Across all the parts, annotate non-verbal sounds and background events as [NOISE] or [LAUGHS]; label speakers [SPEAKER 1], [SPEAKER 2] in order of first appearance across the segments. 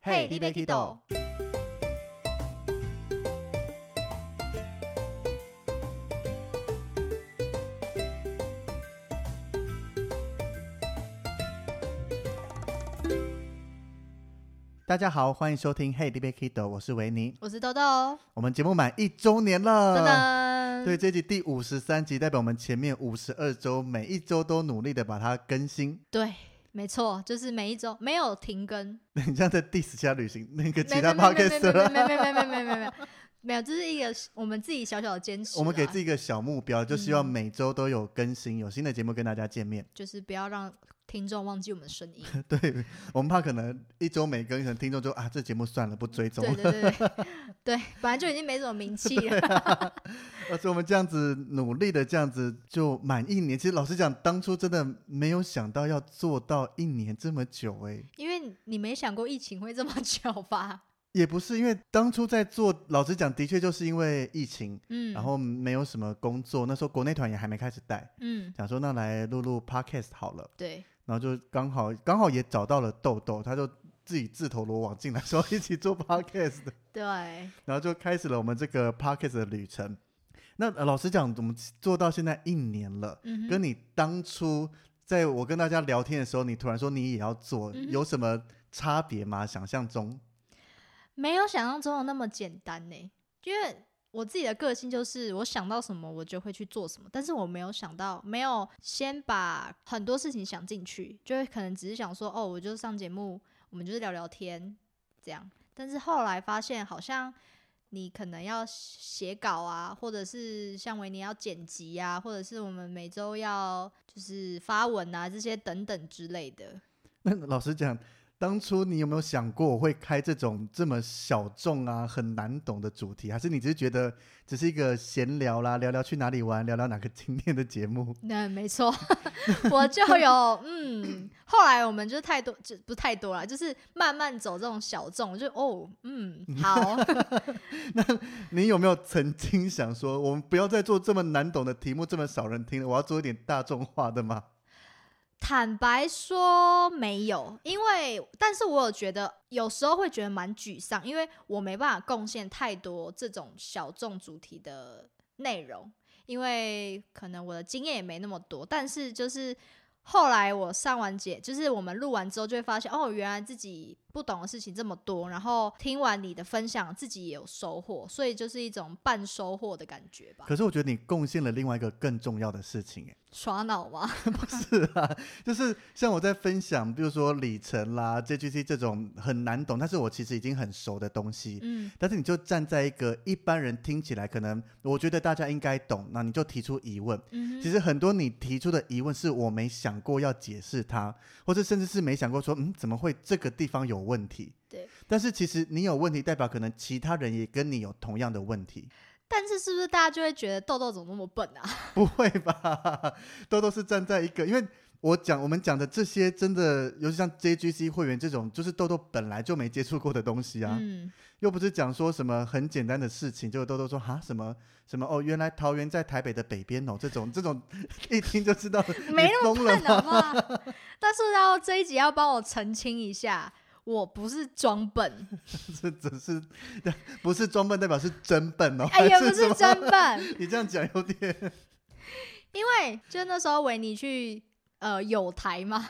[SPEAKER 1] 嘿你要去倒
[SPEAKER 2] 大家好，欢迎收听 Hey, d b Kido，我是维尼。
[SPEAKER 1] 我是豆豆，
[SPEAKER 2] 我们节目满一周年了，
[SPEAKER 1] 噔噔，
[SPEAKER 2] 对，，这集第五十三集，代表我们前面五十二周，每一周都努力的把它更新。
[SPEAKER 1] 对，没错，就是每一周没有停更，
[SPEAKER 2] 你像在 diss 其他旅行那个其
[SPEAKER 1] 没
[SPEAKER 2] 他 podcast 了。
[SPEAKER 1] 没没没没没没没没没没有，这是一个我们自己小小的坚持啊，
[SPEAKER 2] 我们给自己一个小目标，就希望
[SPEAKER 1] 嗯
[SPEAKER 2] 每周都有更新，有新的节目跟大家见面。 [LAUGHS]
[SPEAKER 1] 就是不要让听众忘记我们的声音，
[SPEAKER 2] 对我们怕可能一周没更，可能听众就啊这节目算了不追踪
[SPEAKER 1] 对
[SPEAKER 2] 了，
[SPEAKER 1] 对对对对，本来就已经没什么名气了，
[SPEAKER 2] 而且我们这样子努力的这样子就满一年。其实老实讲，当初真的没有想到要做到一年这么久哎、
[SPEAKER 1] 因为你没想过疫情会这么久吧？
[SPEAKER 2] 也不是因为当初在做，老实讲，的确就是因为疫情，
[SPEAKER 1] 嗯，
[SPEAKER 2] 然后没有什么工作，那时候国内团也还没开始带，
[SPEAKER 1] 嗯，
[SPEAKER 2] 想说那来录录 podcast 好了，
[SPEAKER 1] 对，
[SPEAKER 2] 然后就刚好刚好也找到了豆豆，他就自己自投罗网进来说一起做 podcast 的，
[SPEAKER 1] 对，
[SPEAKER 2] 然后就开始了我们这个 podcast 的旅程。那、呃老实讲，我们做到现在一年了，
[SPEAKER 1] 嗯哼，
[SPEAKER 2] 跟你当初在我跟大家聊天的时候，你突然说你也要做，
[SPEAKER 1] 嗯哼
[SPEAKER 2] 有什么差别吗？想象中， [LAUGHS]
[SPEAKER 1] 没有想象中的那么简单呢、因为我自己的个性就是，我想到什么我就会去做什么，但是我没有想到，没有先把很多事情想进去，就会可能只是想说，哦，我就是上节目，我们就是聊聊天这样。但是后来发现，好像你可能要写稿啊，或者是像维尼要剪辑啊，或者是我们每周要就是发文啊这些等等之类的。
[SPEAKER 2] 那老实讲，当初你有没有想过我会开这种这么小众啊、很难懂的主题？还是你只是觉得只是一个闲聊啦，聊聊去哪里玩，聊聊哪个 [LAUGHS] 景点的节目？
[SPEAKER 1] 那、嗯没错， [LAUGHS] 我就有嗯，后来我们就太多，就不太多了，就是慢慢走这种小众，就哦，嗯，好，
[SPEAKER 2] 你有没有曾经想说，我们不要再做这么难懂的题目，这么少人听了，我要做一点大众化的吗？
[SPEAKER 1] 坦白说没有，因为但是我有觉得有时候会觉得蛮沮丧，因为我没办法贡献太多这种小众主题的内容，因为可能我的经验也没那么多。但是就是后来我上完节，就是我们录完之后就会发现，哦，原来自己不懂的事情这么多。然后听完你的分享，自己也有收获，所以就是一种半收获的感觉吧。
[SPEAKER 2] 可是我觉得你贡献了另外一个更重要的事情、欸，
[SPEAKER 1] 耍脑吗？
[SPEAKER 2] 是啊，就是像我在分享，比如说里程啦、JGC 这种很难懂，但是我其实已经很熟的东西，
[SPEAKER 1] 嗯，
[SPEAKER 2] 但是你就站在一个一般人听起来可能，我觉得大家应该懂，那你就提出疑问。
[SPEAKER 1] 嗯
[SPEAKER 2] 其
[SPEAKER 1] 哼，
[SPEAKER 2] 实很多你提出的疑问是我没想过要解释它，或者甚至是没想过说，嗯，怎么会这个地方有问题？
[SPEAKER 1] 对。
[SPEAKER 2] 但是其实你有问题，代表可能其他人也跟你有同样的问题，
[SPEAKER 1] [LAUGHS]
[SPEAKER 2] [LAUGHS]
[SPEAKER 1] 但是是不是大家就会觉得豆豆怎么那么笨啊？
[SPEAKER 2] 不会吧？ [LAUGHS] 都都是站在一个，因为我讲我们讲的这些，真的，尤其像 JGC 会员这种，就是豆豆本来就没接触过的东西啊。
[SPEAKER 1] 嗯，
[SPEAKER 2] 又不是讲说什么很简单的事情，就豆豆说哈什么什么哦，原来桃园在台北的北边哦，这种这种 [LAUGHS] 一听就知道
[SPEAKER 1] 没
[SPEAKER 2] [LAUGHS] 你
[SPEAKER 1] 那
[SPEAKER 2] 疯
[SPEAKER 1] 么笨
[SPEAKER 2] 了
[SPEAKER 1] 好
[SPEAKER 2] 吗？
[SPEAKER 1] 不好？ [LAUGHS] 但是要这一集要帮我澄清一下，我不是装笨，
[SPEAKER 2] 这只是 [LAUGHS] 不是装笨代表是真笨哦，
[SPEAKER 1] 哎，也
[SPEAKER 2] 还
[SPEAKER 1] 不
[SPEAKER 2] 是什
[SPEAKER 1] 是
[SPEAKER 2] 么？
[SPEAKER 1] 真
[SPEAKER 2] [LAUGHS]
[SPEAKER 1] 笨，
[SPEAKER 2] 你这样讲有点，
[SPEAKER 1] 因为就那时候维尼去呃有台嘛，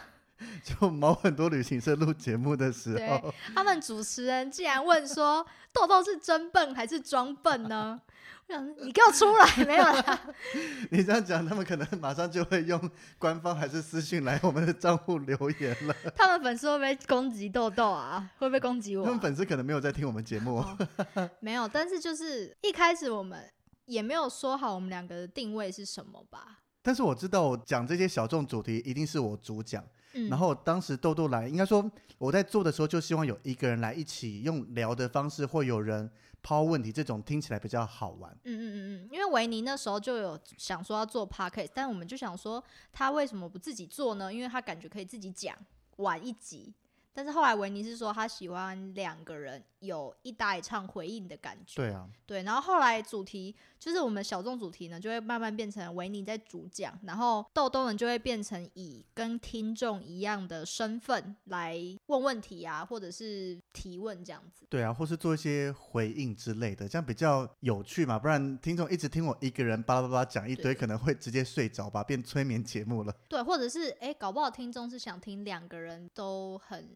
[SPEAKER 2] 就某很多旅行社录节目的哦时候
[SPEAKER 1] 对，他们主持人竟然问说豆豆是真笨还是装笨呢？我想你给我出来，没有啦，
[SPEAKER 2] [LAUGHS] 你这样讲，他们可能马上就会用官方还是私讯来我们的账户留言了。
[SPEAKER 1] 他们粉丝会不会攻击豆豆啊？会不会攻击我
[SPEAKER 2] 他
[SPEAKER 1] 啊、
[SPEAKER 2] 们粉丝可能没有在听我们节目哦，
[SPEAKER 1] 哦没有，但是就是一开始我们也没有说好我们两个的定位是什么吧。
[SPEAKER 2] 但是我知道我讲这些小众主题一定是我主讲。
[SPEAKER 1] 嗯，
[SPEAKER 2] 然后当时豆豆来，应该说我在做的时候就希望有一个人来一起用聊的方式，或有人抛问题，这种听起来比较好玩。
[SPEAKER 1] 嗯嗯嗯嗯，因为维尼那时候就有想说要做 podcast，但我们就想说他为什么不自己做呢？因为他感觉可以自己讲玩一集。但是后来维尼是说他喜欢两个人有一搭一唱回应的感觉。
[SPEAKER 2] 对啊，
[SPEAKER 1] 对，然后后来主题就是我们小众主题呢，就会慢慢变成维尼在主讲，然后豆豆们就会变成以跟听众一样的身份来问问题啊，或者是提问这样子。
[SPEAKER 2] 对啊，或是做一些回应之类的，这样比较有趣嘛。不然听众一直听我一个人巴拉巴拉讲一堆，
[SPEAKER 1] 对
[SPEAKER 2] 可能会直接睡着吧，变催眠节目了，
[SPEAKER 1] 对，或者是诶，搞不好听众是想听两个人都很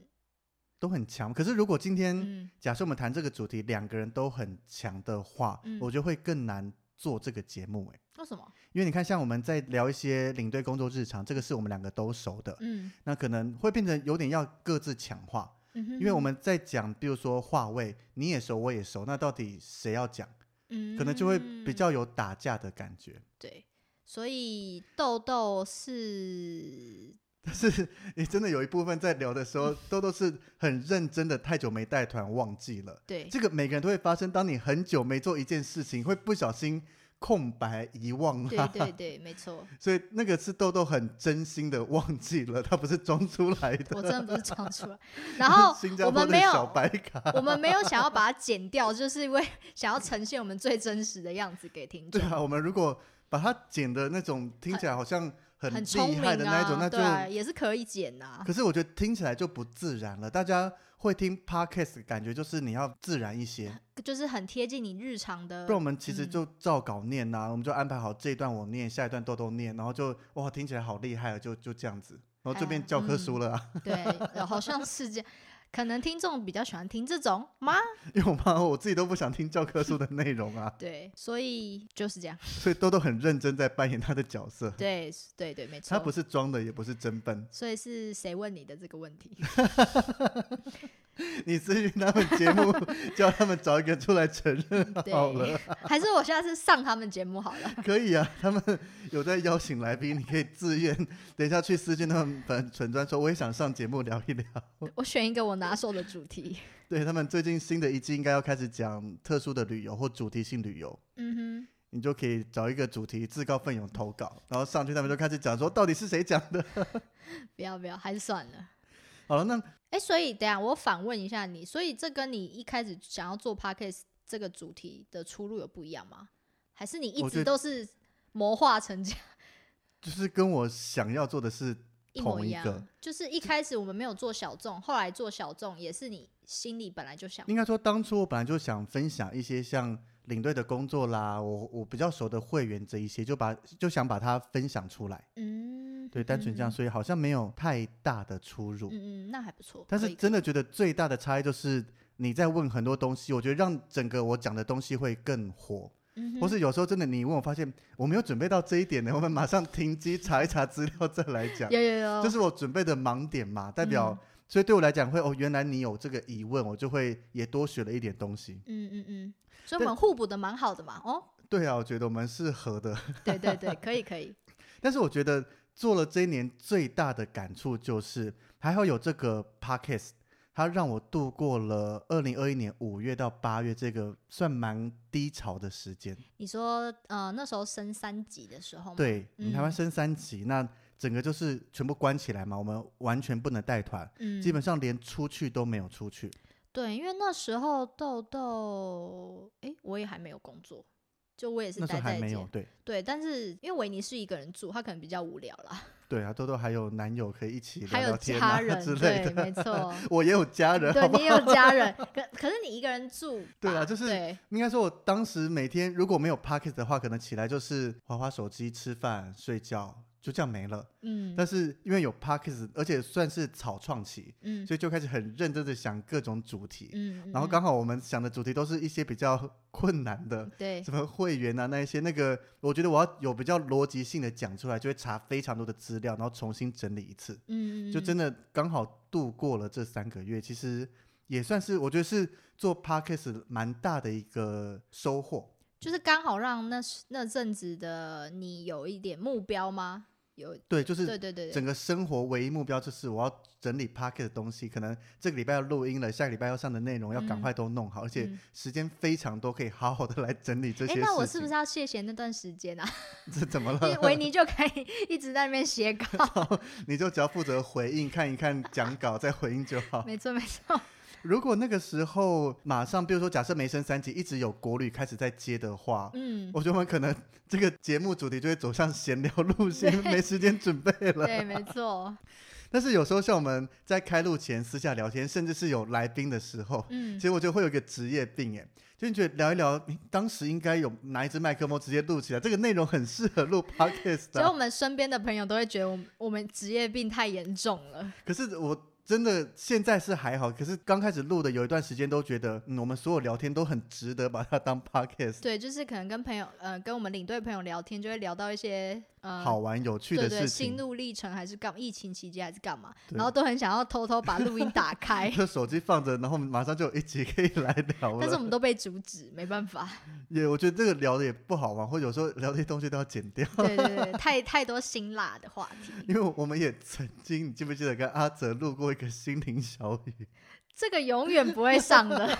[SPEAKER 2] 都很强。可是如果今天、
[SPEAKER 1] 嗯
[SPEAKER 2] 假设我们谈这个主题，两个人都很强的话，
[SPEAKER 1] 嗯
[SPEAKER 2] 我觉得会更难做这个节目、欸。
[SPEAKER 1] 为什么？
[SPEAKER 2] 因为你看，像我们在聊一些领队工作日常，这个是我们两个都熟的，
[SPEAKER 1] 嗯，
[SPEAKER 2] 那可能会变成有点要各自强化，
[SPEAKER 1] 嗯哼
[SPEAKER 2] 因为我们在讲，比如说话位，你也熟，我也熟，那到底谁要讲，
[SPEAKER 1] 哼
[SPEAKER 2] 可能就会比
[SPEAKER 1] 嗯
[SPEAKER 2] 较有打架的感觉。
[SPEAKER 1] 对，所以豆豆是
[SPEAKER 2] 但是你真的有一部分在聊的时候，都都是很认真的，太久没带团忘记了。 [LAUGHS]
[SPEAKER 1] 对
[SPEAKER 2] 这个每个人都会发生，当你很久没做一件事情，会不小心空白遗忘
[SPEAKER 1] 对
[SPEAKER 2] 啦。
[SPEAKER 1] 对对，
[SPEAKER 2] [LAUGHS]
[SPEAKER 1] 没错，
[SPEAKER 2] 所以那个是豆豆很真心的忘记了，他不是装出来的。
[SPEAKER 1] 我真的不是讲出来。然后
[SPEAKER 2] 新
[SPEAKER 1] 我
[SPEAKER 2] 加坡
[SPEAKER 1] 们
[SPEAKER 2] 的
[SPEAKER 1] 没
[SPEAKER 2] 小
[SPEAKER 1] 有。
[SPEAKER 2] 白卡，
[SPEAKER 1] 我们没有想要把它剪掉，就是因为想要呈现我们最真实的样子给听
[SPEAKER 2] 对
[SPEAKER 1] 众。
[SPEAKER 2] 啊，我们如果把它剪的那种听起来好像很
[SPEAKER 1] 很聪
[SPEAKER 2] 厉
[SPEAKER 1] 明
[SPEAKER 2] 害
[SPEAKER 1] 啊，
[SPEAKER 2] 的那一种，那就、
[SPEAKER 1] 对啊，也是可以剪啊呐、
[SPEAKER 2] 可是我觉得听起来就不自然了。大家会听 podcast 的感觉就是你要自然一些，
[SPEAKER 1] 就是很贴近你日常的
[SPEAKER 2] 不然。我们其实
[SPEAKER 1] 嗯
[SPEAKER 2] 就照稿念呐、我们就安排好这一段我念，下一段豆豆念，然后就哇听起来好厉害啊，就就这样子，然后就变
[SPEAKER 1] 哎
[SPEAKER 2] 教科
[SPEAKER 1] 嗯
[SPEAKER 2] 书了啊。
[SPEAKER 1] [LAUGHS]
[SPEAKER 2] [LAUGHS]
[SPEAKER 1] 对，好像是这样。可能听众比较喜欢听这种吗？
[SPEAKER 2] 因为我妈我自己都不想听教科书的内容啊，
[SPEAKER 1] 对，所以就是这样。
[SPEAKER 2] 所以豆豆很认真在扮演他的角
[SPEAKER 1] [LAUGHS]
[SPEAKER 2] 色，
[SPEAKER 1] 对，对对，没错。
[SPEAKER 2] 他不是装的，也不是真笨。 [LAUGHS]
[SPEAKER 1] 所以是谁问你的这个问题？
[SPEAKER 2] 你咨询他们节目， [LAUGHS] 叫他们找一个出来承认好了
[SPEAKER 1] 对，，还是我下次上他们节目好
[SPEAKER 2] [LAUGHS]
[SPEAKER 1] 了。
[SPEAKER 2] 可以啊。他们有在邀请来宾，你可以自愿。 [LAUGHS] 等一下去私信他们粉粉专说，我也想上节目聊一 [LAUGHS] 聊。
[SPEAKER 1] 我选一个我拿手的
[SPEAKER 2] [LAUGHS]
[SPEAKER 1] 主题。
[SPEAKER 2] 对他们最近新的一季应该要开始讲特殊的旅游或主题性旅游。
[SPEAKER 1] 嗯
[SPEAKER 2] 你就可以找一个主题，自告奋勇投稿，然后上去，他们就开始讲说到底是谁讲的。
[SPEAKER 1] 哼，不要不要，还是算了。
[SPEAKER 2] 好了，那
[SPEAKER 1] 哎、所以等一下我反问一下你，所以这跟你一开始想要做 podcast 这个主题的出路有不一样吗？还是你一
[SPEAKER 2] 我觉
[SPEAKER 1] 直
[SPEAKER 2] 得
[SPEAKER 1] 都是谋划成这样
[SPEAKER 2] 就是跟我想要做的是
[SPEAKER 1] 一模
[SPEAKER 2] 同一个
[SPEAKER 1] 样？就是一开始我们没有做小众，后来做小众也是你心里本来就想
[SPEAKER 2] 应该说，当初我本来就想分享一些像领队的工作啦，我我比较熟的会员这一些，就把就想把它分享出来。
[SPEAKER 1] 嗯，
[SPEAKER 2] 对，单纯这样，
[SPEAKER 1] 嗯
[SPEAKER 2] 所以好像没有太大的出入。
[SPEAKER 1] 嗯嗯，那还不错。
[SPEAKER 2] 但
[SPEAKER 1] 可
[SPEAKER 2] 是
[SPEAKER 1] 以
[SPEAKER 2] 真的觉得最大的差异就是你在问很多东西，我觉得让整个我讲的东西会更活。
[SPEAKER 1] 嗯
[SPEAKER 2] 或
[SPEAKER 1] 哼，
[SPEAKER 2] 是有时候真的你问我发现我没有准备到这一点呢，我们 [LAUGHS] 马上停机查一查资料再来讲。
[SPEAKER 1] 有有有，
[SPEAKER 2] 这是我准备的盲点嘛，代表、
[SPEAKER 1] 嗯
[SPEAKER 2] 所以对我来讲会哦，原来你有这个疑问，我就会也多学了一点东西。
[SPEAKER 1] 嗯嗯嗯，所以我们互补的蛮好的嘛。哦，
[SPEAKER 2] 对啊，我觉得我们是合的， [LAUGHS]
[SPEAKER 1] 对对对，可以可以。
[SPEAKER 2] 但是我觉得做了这一年最大的感触就是，还好有这个 podcast，它让我度过了二零二一年五月到八月这个算蛮低潮的时间。
[SPEAKER 1] [LAUGHS] 你说呃那时候升三级的时候吗？
[SPEAKER 2] 对，我们台湾
[SPEAKER 1] 嗯
[SPEAKER 2] 升三级，那整个就是全部关起来嘛，我们完全不能带团，
[SPEAKER 1] 嗯，
[SPEAKER 2] 基本上连出去都没有出去。
[SPEAKER 1] 对，因为那时候豆豆，诶，我也还没有工作，就我也是
[SPEAKER 2] 那时
[SPEAKER 1] 待
[SPEAKER 2] 候还
[SPEAKER 1] 在
[SPEAKER 2] 没
[SPEAKER 1] 家
[SPEAKER 2] 有，对
[SPEAKER 1] 对，但是因为维尼是一个人住，他可能比较无聊啦，
[SPEAKER 2] 对啊，豆豆还有男友可以一起聊
[SPEAKER 1] 还有
[SPEAKER 2] 聊天
[SPEAKER 1] 家
[SPEAKER 2] 啊 [LAUGHS]
[SPEAKER 1] 人，
[SPEAKER 2] 之类
[SPEAKER 1] 对，
[SPEAKER 2] 的。
[SPEAKER 1] 没错，
[SPEAKER 2] 我也有家人，好
[SPEAKER 1] 对
[SPEAKER 2] 不
[SPEAKER 1] 你
[SPEAKER 2] 好？
[SPEAKER 1] 也有家人，可可是你一个人住吧，
[SPEAKER 2] 对啊就是
[SPEAKER 1] 对
[SPEAKER 2] [LAUGHS] 应该说，我当时每天如果没有 p o c k e t 的话，可能起来就是划划手机、吃饭、睡觉，就这样没了。
[SPEAKER 1] 嗯
[SPEAKER 2] 但是因为有 p o c k e t 而且算是草创期，
[SPEAKER 1] 嗯
[SPEAKER 2] 所以就开始很认真的想各种主题。
[SPEAKER 1] 嗯，
[SPEAKER 2] 然后
[SPEAKER 1] 嗯
[SPEAKER 2] 刚好我们想的主题都是一些比较困难的，
[SPEAKER 1] 对
[SPEAKER 2] 什么会员啊那一些，那个我觉得我要有比较逻辑性的讲出来，就会查非常多的资料，然后重新整理一次，
[SPEAKER 1] 嗯
[SPEAKER 2] 就真
[SPEAKER 1] 的
[SPEAKER 2] 的刚好度过了这三个月，其实也算是我觉得是做 podcast 蛮大的一个收获。
[SPEAKER 1] 就是刚好让那时那阵子的你有一点目标吗？有
[SPEAKER 2] 对，就是
[SPEAKER 1] 对对对对，
[SPEAKER 2] 整个生活唯一目标就是我要整理 p o c k e t 的东西，可能这个礼拜要录音了，下个礼拜要上的内容要赶
[SPEAKER 1] 嗯
[SPEAKER 2] 快都弄好，而且
[SPEAKER 1] 嗯
[SPEAKER 2] 时间非常多，可以好好的来整理这些
[SPEAKER 1] 哎、
[SPEAKER 2] 事情。
[SPEAKER 1] 那我是不是要谢谢那段时间啊？ [LAUGHS]
[SPEAKER 2] 这怎么
[SPEAKER 1] 因为
[SPEAKER 2] 了？ [LAUGHS]
[SPEAKER 1] 维尼就可以一直在那边写稿，
[SPEAKER 2] 你就只要负责回应，看一看讲稿再回应就好。
[SPEAKER 1] 没错没错，
[SPEAKER 2] 如果那个时候马上，比如说假设梅森三级一直有国旅开始在接的话，
[SPEAKER 1] 嗯，
[SPEAKER 2] [LAUGHS] 我觉得我们可能这个节目主题就会走向闲聊路线，没时间准备了。 [LAUGHS]
[SPEAKER 1] 对，没错，
[SPEAKER 2] 但是有时候像我们在开录前私下聊天，甚至是有来宾的时候， [LAUGHS]
[SPEAKER 1] 嗯
[SPEAKER 2] 其，实我觉得会有一个职业病，哎，就你觉得聊一聊，诶当时应该有拿一支麦克风直接录起来，这个内容很适合
[SPEAKER 1] [LAUGHS]
[SPEAKER 2] 录 podcast
[SPEAKER 1] 所
[SPEAKER 2] 的
[SPEAKER 1] 以我
[SPEAKER 2] 啊。
[SPEAKER 1] 们身边的朋友都会觉得我们我们职业病太严重了，
[SPEAKER 2] 可是我真的现在是还好，可是刚开始录的有一段时间都觉得，嗯，我们所有聊天都很值得把它
[SPEAKER 1] [LAUGHS]
[SPEAKER 2] 当 podcast，
[SPEAKER 1] 对，就是可能跟朋友呃跟我们领队朋友聊天，就会聊到一些呃
[SPEAKER 2] 好玩有趣
[SPEAKER 1] 对
[SPEAKER 2] 的
[SPEAKER 1] 对
[SPEAKER 2] 事
[SPEAKER 1] 心
[SPEAKER 2] 情。
[SPEAKER 1] 路历程还是干疫情期间还是干嘛，
[SPEAKER 2] 对
[SPEAKER 1] 然后都很想要偷偷把录音
[SPEAKER 2] [LAUGHS]
[SPEAKER 1] 打开，
[SPEAKER 2] 就手机放着，然后马上就有一集可以来聊了。
[SPEAKER 1] 但是我们都被阻止，没办法，
[SPEAKER 2] 也我觉得这个聊的也不好玩，或者有时候聊这些东西都要剪 [LAUGHS] 掉。
[SPEAKER 1] 对对对，太太多辛辣的话题，
[SPEAKER 2] 因为我们也曾经，你记不记得跟阿哲录过一个心灵小雨？
[SPEAKER 1] [LAUGHS] 这个永远不会
[SPEAKER 2] [LAUGHS]
[SPEAKER 1] 上的。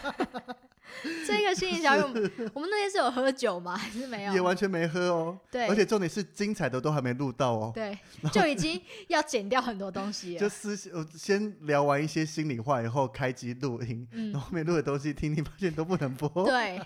[SPEAKER 1] 这个心灵小雨，我们我们那天是有喝酒吗？ [LAUGHS] 还是没
[SPEAKER 2] 也
[SPEAKER 1] 有？
[SPEAKER 2] 完全没喝哦。
[SPEAKER 1] 对
[SPEAKER 2] 而且重点是精彩的都还没录到哦。 [LAUGHS]
[SPEAKER 1] 对，就已经要剪掉很多东西
[SPEAKER 2] 就
[SPEAKER 1] 了。
[SPEAKER 2] 私呃先聊完一些心里话以后，开机录音，
[SPEAKER 1] 嗯
[SPEAKER 2] 然，后后面录的东西听听，发现都不能播。
[SPEAKER 1] [LAUGHS] [LAUGHS] 对，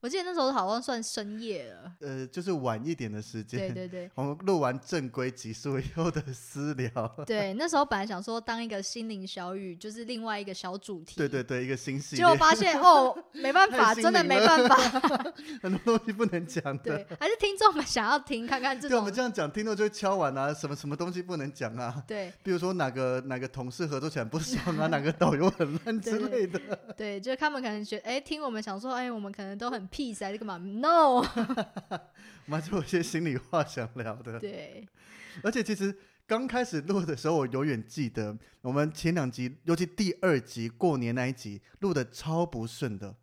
[SPEAKER 1] 我记得那时候好像算深夜
[SPEAKER 2] [LAUGHS]
[SPEAKER 1] 了。
[SPEAKER 2] 呃，就是晚一点的时间。
[SPEAKER 1] 对对对
[SPEAKER 2] 我们录完正规集数以后的私
[SPEAKER 1] [LAUGHS]
[SPEAKER 2] 聊，
[SPEAKER 1] 对，那时候本来想说当一个心灵小雨，就是另外一个小主题。
[SPEAKER 2] 对对。对，一个新系
[SPEAKER 1] 结果
[SPEAKER 2] 列，
[SPEAKER 1] 发现哦，没办法，
[SPEAKER 2] [LAUGHS] 太心
[SPEAKER 1] 真的
[SPEAKER 2] 灵
[SPEAKER 1] 没
[SPEAKER 2] 了
[SPEAKER 1] 办法。
[SPEAKER 2] [LAUGHS] 很多东西不能讲的
[SPEAKER 1] 对。，还是听众们想要听看看这
[SPEAKER 2] 对，我
[SPEAKER 1] 种
[SPEAKER 2] 们。这样讲，听众就会敲碗啊，什么什么东西不能讲
[SPEAKER 1] [LAUGHS]
[SPEAKER 2] 啊，
[SPEAKER 1] 对
[SPEAKER 2] 比如说哪个哪个同事合作起来不爽啊，哪个导游很烂之类的。
[SPEAKER 1] 对，就是他们可能觉得，哎，听我们想说，哎，我们可能都很 peace 还是干嘛？No，
[SPEAKER 2] [LAUGHS] 我们还是有一些心里话想聊的。
[SPEAKER 1] 对，
[SPEAKER 2] 而且其实刚开始录的时候，我永远记得我们前两集，尤其第二集过年那一集录的超不顺的，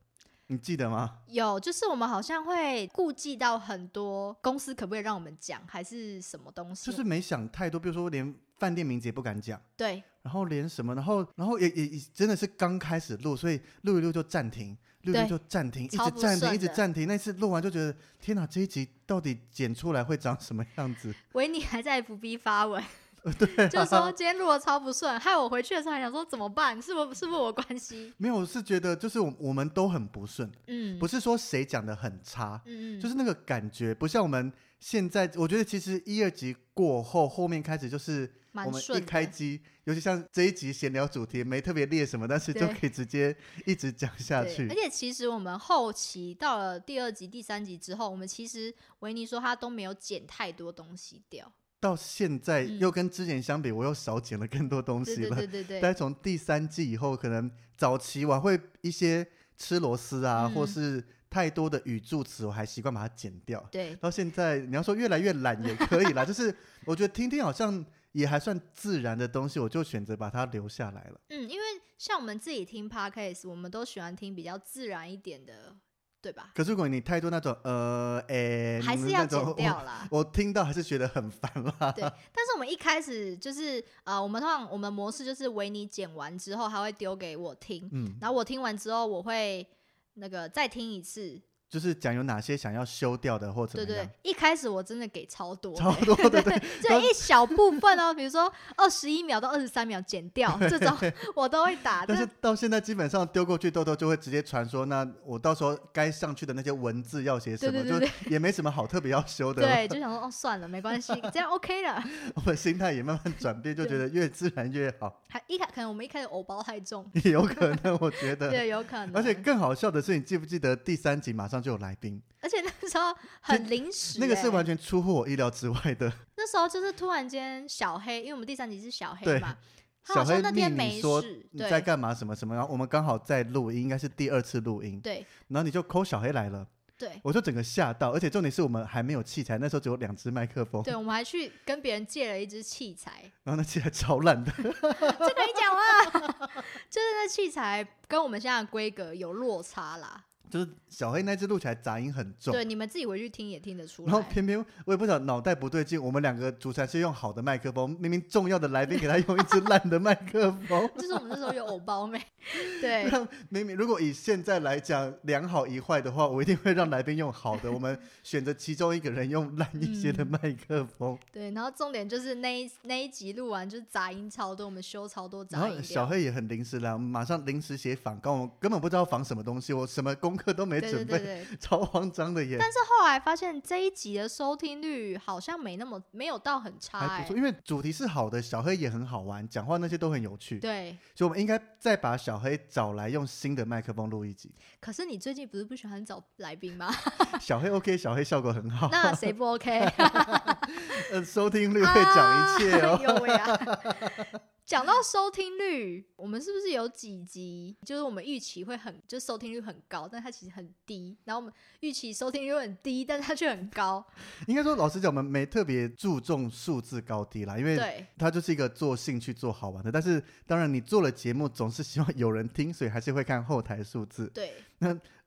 [SPEAKER 2] 你记得吗？
[SPEAKER 1] 有，就是我们好像会顾忌到很多公司可不可以让我们讲，还是什么东西？
[SPEAKER 2] 就是没想太多，比如说连饭店名字也不敢讲。
[SPEAKER 1] 对
[SPEAKER 2] 然后连什么，然后然后也也也真的是刚开始录，所以录一录就暂停，录一录
[SPEAKER 1] 对
[SPEAKER 2] 就暂停，一直
[SPEAKER 1] 超不
[SPEAKER 2] 暂停，
[SPEAKER 1] 顺
[SPEAKER 2] 一直
[SPEAKER 1] 的
[SPEAKER 2] 暂停。那次录完就觉得，天哪，这一集到底剪出来会长什么样子？
[SPEAKER 1] 维尼还在 FB
[SPEAKER 2] [LAUGHS]
[SPEAKER 1] 发文，对、 [LAUGHS] 就
[SPEAKER 2] 啊
[SPEAKER 1] 说今天录的超不顺，害我回去的时候还想说怎么办，是不是不是我关系？
[SPEAKER 2] 没有，我是觉得就是我我们都很不顺，
[SPEAKER 1] 嗯，
[SPEAKER 2] 不是说谁讲的很差，
[SPEAKER 1] 嗯嗯，
[SPEAKER 2] 就是那个感觉不像我们现在。我觉得其实一二集过后，后面开始就是我
[SPEAKER 1] 蛮
[SPEAKER 2] 们一
[SPEAKER 1] 顺
[SPEAKER 2] 开
[SPEAKER 1] 的。
[SPEAKER 2] 机，尤其像这一集闲聊主题没特别列什么，但是就
[SPEAKER 1] 对
[SPEAKER 2] 可以直接一直讲下
[SPEAKER 1] 对
[SPEAKER 2] 去
[SPEAKER 1] 而。且其实我们后期到了第二集、第三集之后，我们其实维尼说他都没有剪太多东西掉。
[SPEAKER 2] 到现在
[SPEAKER 1] 嗯
[SPEAKER 2] 又跟之前相比，我又少剪了更多东
[SPEAKER 1] 对
[SPEAKER 2] 西
[SPEAKER 1] 对
[SPEAKER 2] 了。
[SPEAKER 1] 对对对，
[SPEAKER 2] [LAUGHS] 但是从第三季以后，可能早期我还会一些吃螺丝啊，
[SPEAKER 1] 嗯
[SPEAKER 2] 或是太多的语助词，我还习惯把它剪掉。
[SPEAKER 1] 对
[SPEAKER 2] 到现在，你要说越来越懒也可
[SPEAKER 1] [LAUGHS]
[SPEAKER 2] 以啦，就是我觉得听听好像也还算自然的东西，我就选择把它留下来了。
[SPEAKER 1] 嗯，因为像我们自己听 podcast，我们都喜欢听比较自然一点的，对吧？
[SPEAKER 2] 可是如果你太多那种呃诶、
[SPEAKER 1] 还是要
[SPEAKER 2] 那
[SPEAKER 1] 剪
[SPEAKER 2] 种，[LAUGHS]
[SPEAKER 1] 掉啦。
[SPEAKER 2] 我我听到还是觉得很烦啦。
[SPEAKER 1] 对，但是我们一开始就是呃，我们通常我们模式就是维尼剪完之后，他会丢给我听，
[SPEAKER 2] 嗯，
[SPEAKER 1] 然后我听完之后，我会那个再听一次。
[SPEAKER 2] [LAUGHS] 就是讲有哪些想要修掉的或怎
[SPEAKER 1] 对
[SPEAKER 2] 么
[SPEAKER 1] 对
[SPEAKER 2] 样，，
[SPEAKER 1] 一开始我真的给超多的，
[SPEAKER 2] 超多
[SPEAKER 1] [LAUGHS]
[SPEAKER 2] 的对
[SPEAKER 1] 对，
[SPEAKER 2] [LAUGHS] 都
[SPEAKER 1] 这一小部分哦，比如说二十一秒到二十三秒剪掉这
[SPEAKER 2] [LAUGHS]
[SPEAKER 1] 种，我都会打。
[SPEAKER 2] 但是到现在基本上丢过去，豆豆就会直接传说，那我到时候该上去的那些文字要写什么，
[SPEAKER 1] 对对对
[SPEAKER 2] 就也没什么好特别要修的。 [LAUGHS]
[SPEAKER 1] 对，就想说哦，算了，没关系，这样 OK 了。
[SPEAKER 2] 我们心态也慢慢转变，就觉得越自然越好，
[SPEAKER 1] 还一开可能我们一开始偶包太重，
[SPEAKER 2] 也有可能，我觉 [LAUGHS] 得。
[SPEAKER 1] 对，有可能。
[SPEAKER 2] 而且更好笑的是，你记不记得第三集马上就有来宾，
[SPEAKER 1] 而且那时候很临时、
[SPEAKER 2] 那个是
[SPEAKER 1] 欸
[SPEAKER 2] 完全出乎我意料之外的。
[SPEAKER 1] 那时候就是突然间小黑，因为我们第三集是小黑
[SPEAKER 2] 对
[SPEAKER 1] 嘛，他
[SPEAKER 2] 小
[SPEAKER 1] 好
[SPEAKER 2] 黑
[SPEAKER 1] 像那
[SPEAKER 2] 密
[SPEAKER 1] 天
[SPEAKER 2] 你
[SPEAKER 1] 没
[SPEAKER 2] 说
[SPEAKER 1] 事，
[SPEAKER 2] 你在
[SPEAKER 1] 对
[SPEAKER 2] 干嘛什么什么，然后我们刚好在录音，应该是第二次录音，
[SPEAKER 1] 对
[SPEAKER 2] 然后你就抠小黑来了，
[SPEAKER 1] 对
[SPEAKER 2] 我就整个吓到，而且重点是我们还没有器材，那时候只有两只麦克风，
[SPEAKER 1] 对，我们还去跟别人借了一支
[SPEAKER 2] [LAUGHS]
[SPEAKER 1] 器材，
[SPEAKER 2] 然后那器材超烂的。 [LAUGHS]
[SPEAKER 1] 这 [LAUGHS] 可以讲啦，就是那器材跟我们现在的规格有落差啦，
[SPEAKER 2] 就是小黑那只录起来杂音很重，
[SPEAKER 1] 对，你们自己回去听也听得出
[SPEAKER 2] 哦然后
[SPEAKER 1] 来。
[SPEAKER 2] 偏偏我也不晓得脑袋不对劲，我们两个主持人是用好的麦克风，明明重要的来宾给他用一支烂的麦克风，
[SPEAKER 1] 就是我们那时候有偶
[SPEAKER 2] [LAUGHS]
[SPEAKER 1] 包妹， [LAUGHS] 对，
[SPEAKER 2] 让明明如果以现在来讲良好一坏的话，我一定会让来宾用好的，我们选择其中一个人用烂一些的
[SPEAKER 1] 嗯
[SPEAKER 2] 麦克风，
[SPEAKER 1] 对，然后重点就是那一那一集录完就是杂音超多，我们修超多
[SPEAKER 2] 然
[SPEAKER 1] 杂音
[SPEAKER 2] 后小
[SPEAKER 1] 料。
[SPEAKER 2] 黑也很临时来，我们马上临时写访纲，我根本不知道访什么东西，我什么功课都没
[SPEAKER 1] 对对
[SPEAKER 2] 准
[SPEAKER 1] 对
[SPEAKER 2] 备，[LAUGHS]
[SPEAKER 1] 对，
[SPEAKER 2] 超慌张的耶。
[SPEAKER 1] 但是后来发现这一集的收听率好像没那么没有到很差、
[SPEAKER 2] 还不
[SPEAKER 1] 欸
[SPEAKER 2] 错，，因为主题是好的，小黑也很好玩，讲话那些都很有趣，
[SPEAKER 1] 对。
[SPEAKER 2] 所以我们应该再把小黑找来用新的麦克风录一
[SPEAKER 1] [LAUGHS]
[SPEAKER 2] 集。
[SPEAKER 1] 可是你最近不是不喜欢找来宾吗？
[SPEAKER 2] 小黑 OK，小黑效果很好，
[SPEAKER 1] [LAUGHS] 那谁不
[SPEAKER 2] [LAUGHS]
[SPEAKER 1] OK？
[SPEAKER 2] 呃，收听率会讲一切
[SPEAKER 1] [LAUGHS]
[SPEAKER 2] 哦。
[SPEAKER 1] 啊呦喂啊！讲到收听率，我们是不是有几集就是我们预期会很，就收听率很高，但它其实很低。然后我们预期收听率会很低，但它却很高。
[SPEAKER 2] 应该说，老实讲，我们没特别注重数字高低啦，因为
[SPEAKER 1] 对
[SPEAKER 2] 它就是一个做兴趣、做好玩的。但是，当然你做了节目，总是希望有人听，所以还是会看后台数字。
[SPEAKER 1] 对，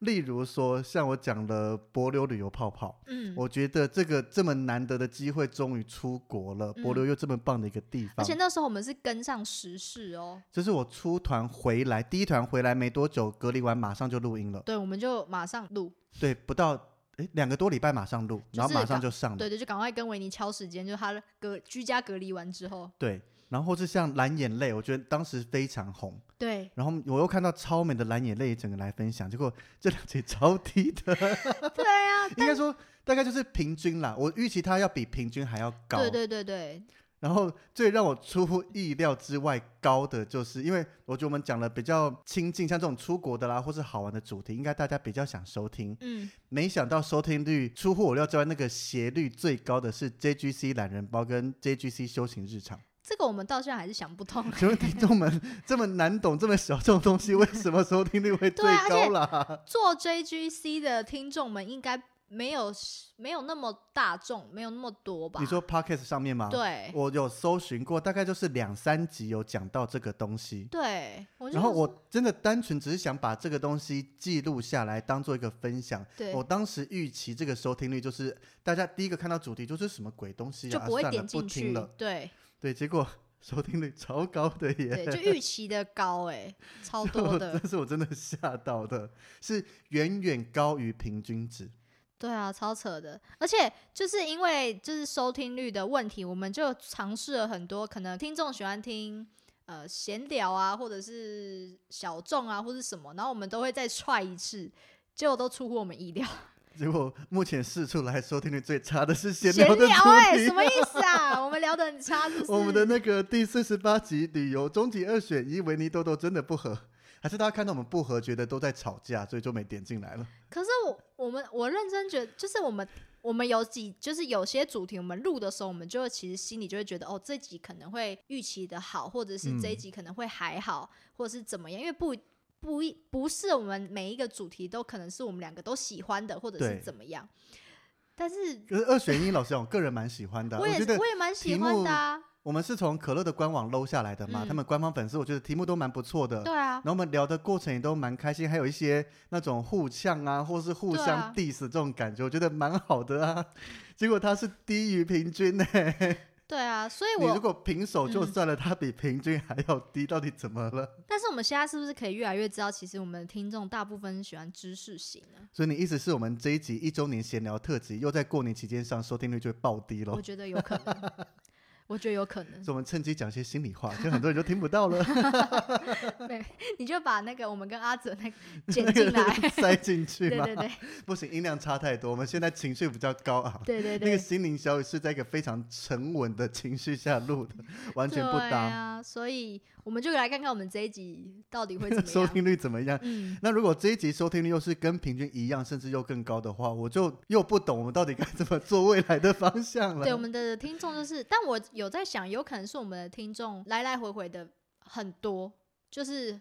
[SPEAKER 2] 例如说，像我讲了柏流旅游泡泡，
[SPEAKER 1] 嗯。
[SPEAKER 2] 我觉得这个这么难得的机会终于出国了，
[SPEAKER 1] 嗯
[SPEAKER 2] 柏流又这么棒的一个地
[SPEAKER 1] 而
[SPEAKER 2] 方
[SPEAKER 1] 且。那时候我们是跟上时事哦，
[SPEAKER 2] 这是我出团回来，第一团回来没多久，隔离完马上就录音了。
[SPEAKER 1] 对，我们就马上录，
[SPEAKER 2] 对，不到诶两个多礼拜马上录，
[SPEAKER 1] 就是
[SPEAKER 2] 然后马上就上了。
[SPEAKER 1] 对对，就赶快跟维尼敲时间，就他的隔居家隔离完之后，
[SPEAKER 2] 对，然后或是像蓝眼泪，我觉得当时非常红。
[SPEAKER 1] 对，
[SPEAKER 2] 然后我又看到超美的蓝眼泪整个来分享，结果这两集 [LAUGHS] 超低的，
[SPEAKER 1] [LAUGHS] 对
[SPEAKER 2] [LAUGHS]
[SPEAKER 1] 啊，
[SPEAKER 2] 应该说大概就是平均啦。我预期它要比平均还要高。
[SPEAKER 1] 对对对对，
[SPEAKER 2] 然后最让我出乎意料之外高的，就是因为我觉得我们讲了比较亲近，像这种出国的啦，或是好玩的主题，应该大家比较想收听。
[SPEAKER 1] 嗯，
[SPEAKER 2] 没想到收听率出乎我料之外，那个斜率最高的是 JGC 懒人包跟 JGC 修行日常。 [LAUGHS]
[SPEAKER 1] 这个我们到现在还是想不通，
[SPEAKER 2] 请问听众们，这么难懂、这么小众的东西，为什么收听率会最
[SPEAKER 1] 对啊而且
[SPEAKER 2] 高啦？
[SPEAKER 1] 做 JGC 的听众们应该没有没有那么大众，没有那么多吧？
[SPEAKER 2] 你说 Podcast 上面吗？，
[SPEAKER 1] 对
[SPEAKER 2] 我有搜寻过，大概就是两三集有讲到这个东西。
[SPEAKER 1] 对，我就
[SPEAKER 2] 然后
[SPEAKER 1] 想说
[SPEAKER 2] 我真的单纯只是想把这个东西记录下来，当做一个分享。
[SPEAKER 1] 对
[SPEAKER 2] 我当时预期这个收听率就是大家第一个看到主题就是什么鬼东西
[SPEAKER 1] 就
[SPEAKER 2] 啊，
[SPEAKER 1] 不会
[SPEAKER 2] 算了，
[SPEAKER 1] 点
[SPEAKER 2] 不
[SPEAKER 1] 进去
[SPEAKER 2] 听了。， [LAUGHS]
[SPEAKER 1] 对
[SPEAKER 2] 对，结果收听率超高的耶。 [LAUGHS]
[SPEAKER 1] 对，就预期的高哎、超多的，
[SPEAKER 2] 这是我真的吓到的，是远远高于平均值。
[SPEAKER 1] 对啊，超扯的。而且就是因为就是收听率的问题，我们就尝试了很多，可能听众喜欢听。呃，闲聊啊，或者是小众啊，或者什么，然后我们都会再踹一次，结果都出乎我们意料。
[SPEAKER 2] 结果目前试出来收听率最差的是闲
[SPEAKER 1] 闲
[SPEAKER 2] 的主
[SPEAKER 1] 聊哎、
[SPEAKER 2] 题。
[SPEAKER 1] 什么意
[SPEAKER 2] [LAUGHS]
[SPEAKER 1] 思啊？我们聊得很差，是不是？
[SPEAKER 2] 我们的那个第四十八集旅游终极二选一，维尼豆豆真的不合，还是大家看到我们不合，觉得都在吵架，所以就没点进来了。
[SPEAKER 1] 可是我我们我认真觉得，就是我们我们有几就是有些主题，我们录的时候，我们就会其实心里就会觉得，哦，这集可能会预期的好，或者是这一
[SPEAKER 2] 嗯
[SPEAKER 1] 集可能会还好，或者是怎么样，因为不不一不是我们每一个主题都可能是我们两个都喜欢的，或者
[SPEAKER 2] 对
[SPEAKER 1] 是怎么样。但是
[SPEAKER 2] 可是二选一，老实讲，我个人蛮喜欢的。
[SPEAKER 1] 我
[SPEAKER 2] 啊我
[SPEAKER 1] 也
[SPEAKER 2] 觉得
[SPEAKER 1] 我也蛮喜
[SPEAKER 2] 题
[SPEAKER 1] 欢
[SPEAKER 2] 目
[SPEAKER 1] 的啊，
[SPEAKER 2] 我们是从可乐的官网搂下来的嘛，
[SPEAKER 1] 嗯
[SPEAKER 2] 他们官方粉丝，我觉得题目都蛮不错的。
[SPEAKER 1] 对啊
[SPEAKER 2] 然，后我们聊的过程也都蛮开心，还有一些那种互呛啊，或是互
[SPEAKER 1] 对
[SPEAKER 2] 相
[SPEAKER 1] 啊
[SPEAKER 2] diss 这种感觉，我觉得蛮好的
[SPEAKER 1] [LAUGHS]
[SPEAKER 2] 啊。结果他是低于平均呢、
[SPEAKER 1] 对啊，所以
[SPEAKER 2] 你如
[SPEAKER 1] 我
[SPEAKER 2] 果平手就
[SPEAKER 1] 嗯
[SPEAKER 2] 算了，他比平均还要低，到底怎么了？
[SPEAKER 1] 但是我们现在是不是可以越来越知道，其实我们的听众大部分是喜欢知识型的？
[SPEAKER 2] 所以你意思是我们这一集一周年闲聊特辑，又在过年期间上收听率就会暴低咯
[SPEAKER 1] 我。觉得有可能，
[SPEAKER 2] [LAUGHS]
[SPEAKER 1] 我觉得有可能
[SPEAKER 2] 所以。我们趁机讲一些心里
[SPEAKER 1] [LAUGHS]
[SPEAKER 2] 话，就很多人就听不到了，
[SPEAKER 1] 你就把那个我们跟阿泽
[SPEAKER 2] [LAUGHS]
[SPEAKER 1] 那个剪进来，
[SPEAKER 2] 塞进去
[SPEAKER 1] 对
[SPEAKER 2] 嘛。
[SPEAKER 1] 对对
[SPEAKER 2] 不行，音量差太多。我们现在情绪比较高昂，
[SPEAKER 1] 对对
[SPEAKER 2] 那个
[SPEAKER 1] 对，
[SPEAKER 2] 心灵小雨是在一个非常沉稳的情绪下录
[SPEAKER 1] [LAUGHS]
[SPEAKER 2] 的，完全不
[SPEAKER 1] 对
[SPEAKER 2] 搭。
[SPEAKER 1] 啊，所以我们就来看看我们这一集到底啊会怎
[SPEAKER 2] [LAUGHS]
[SPEAKER 1] 么
[SPEAKER 2] 收
[SPEAKER 1] 样。
[SPEAKER 2] 听率怎么样？ [LAUGHS]
[SPEAKER 1] 嗯，
[SPEAKER 2] 那如果这一集收听率又是跟平均一样，甚至又更高的话，我就又不懂我们到底该怎么做未来的方向了。
[SPEAKER 1] 对，我们的听众就是，但我有在想，有可能是我们的听众来来回回的很多，就是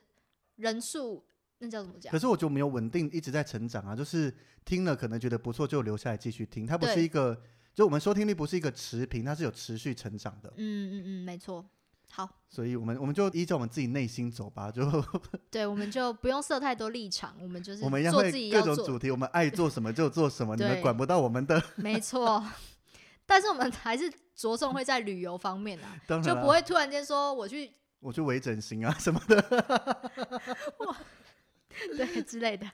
[SPEAKER 1] 人数，那叫怎么讲
[SPEAKER 2] 可？是我觉得我们有稳定一直在成长啊，就是听了可能觉得不错就留下来继续听，它不是
[SPEAKER 1] 对
[SPEAKER 2] 一个，就我们收听率不是一个持平，它是有持续成长的。
[SPEAKER 1] 嗯嗯嗯，没错。好，
[SPEAKER 2] 所以我们我们就依照我们自己内心走吧，就
[SPEAKER 1] 对，我们就不用设太多立场，我们就是
[SPEAKER 2] 我们一样
[SPEAKER 1] 做
[SPEAKER 2] 会
[SPEAKER 1] 自己
[SPEAKER 2] 各
[SPEAKER 1] 要
[SPEAKER 2] 种
[SPEAKER 1] 做
[SPEAKER 2] 主题，我们爱做什么就做什
[SPEAKER 1] [LAUGHS]
[SPEAKER 2] 么，你们
[SPEAKER 1] 对
[SPEAKER 2] 管不到我们的，
[SPEAKER 1] 没错， [LAUGHS] 但是我们还是着重会在旅游方面啊，
[SPEAKER 2] 当然
[SPEAKER 1] 就
[SPEAKER 2] 啦
[SPEAKER 1] 不会突然间说我去
[SPEAKER 2] 我去微整形啊 [LAUGHS] 什么的。
[SPEAKER 1] [LAUGHS] 对之类的。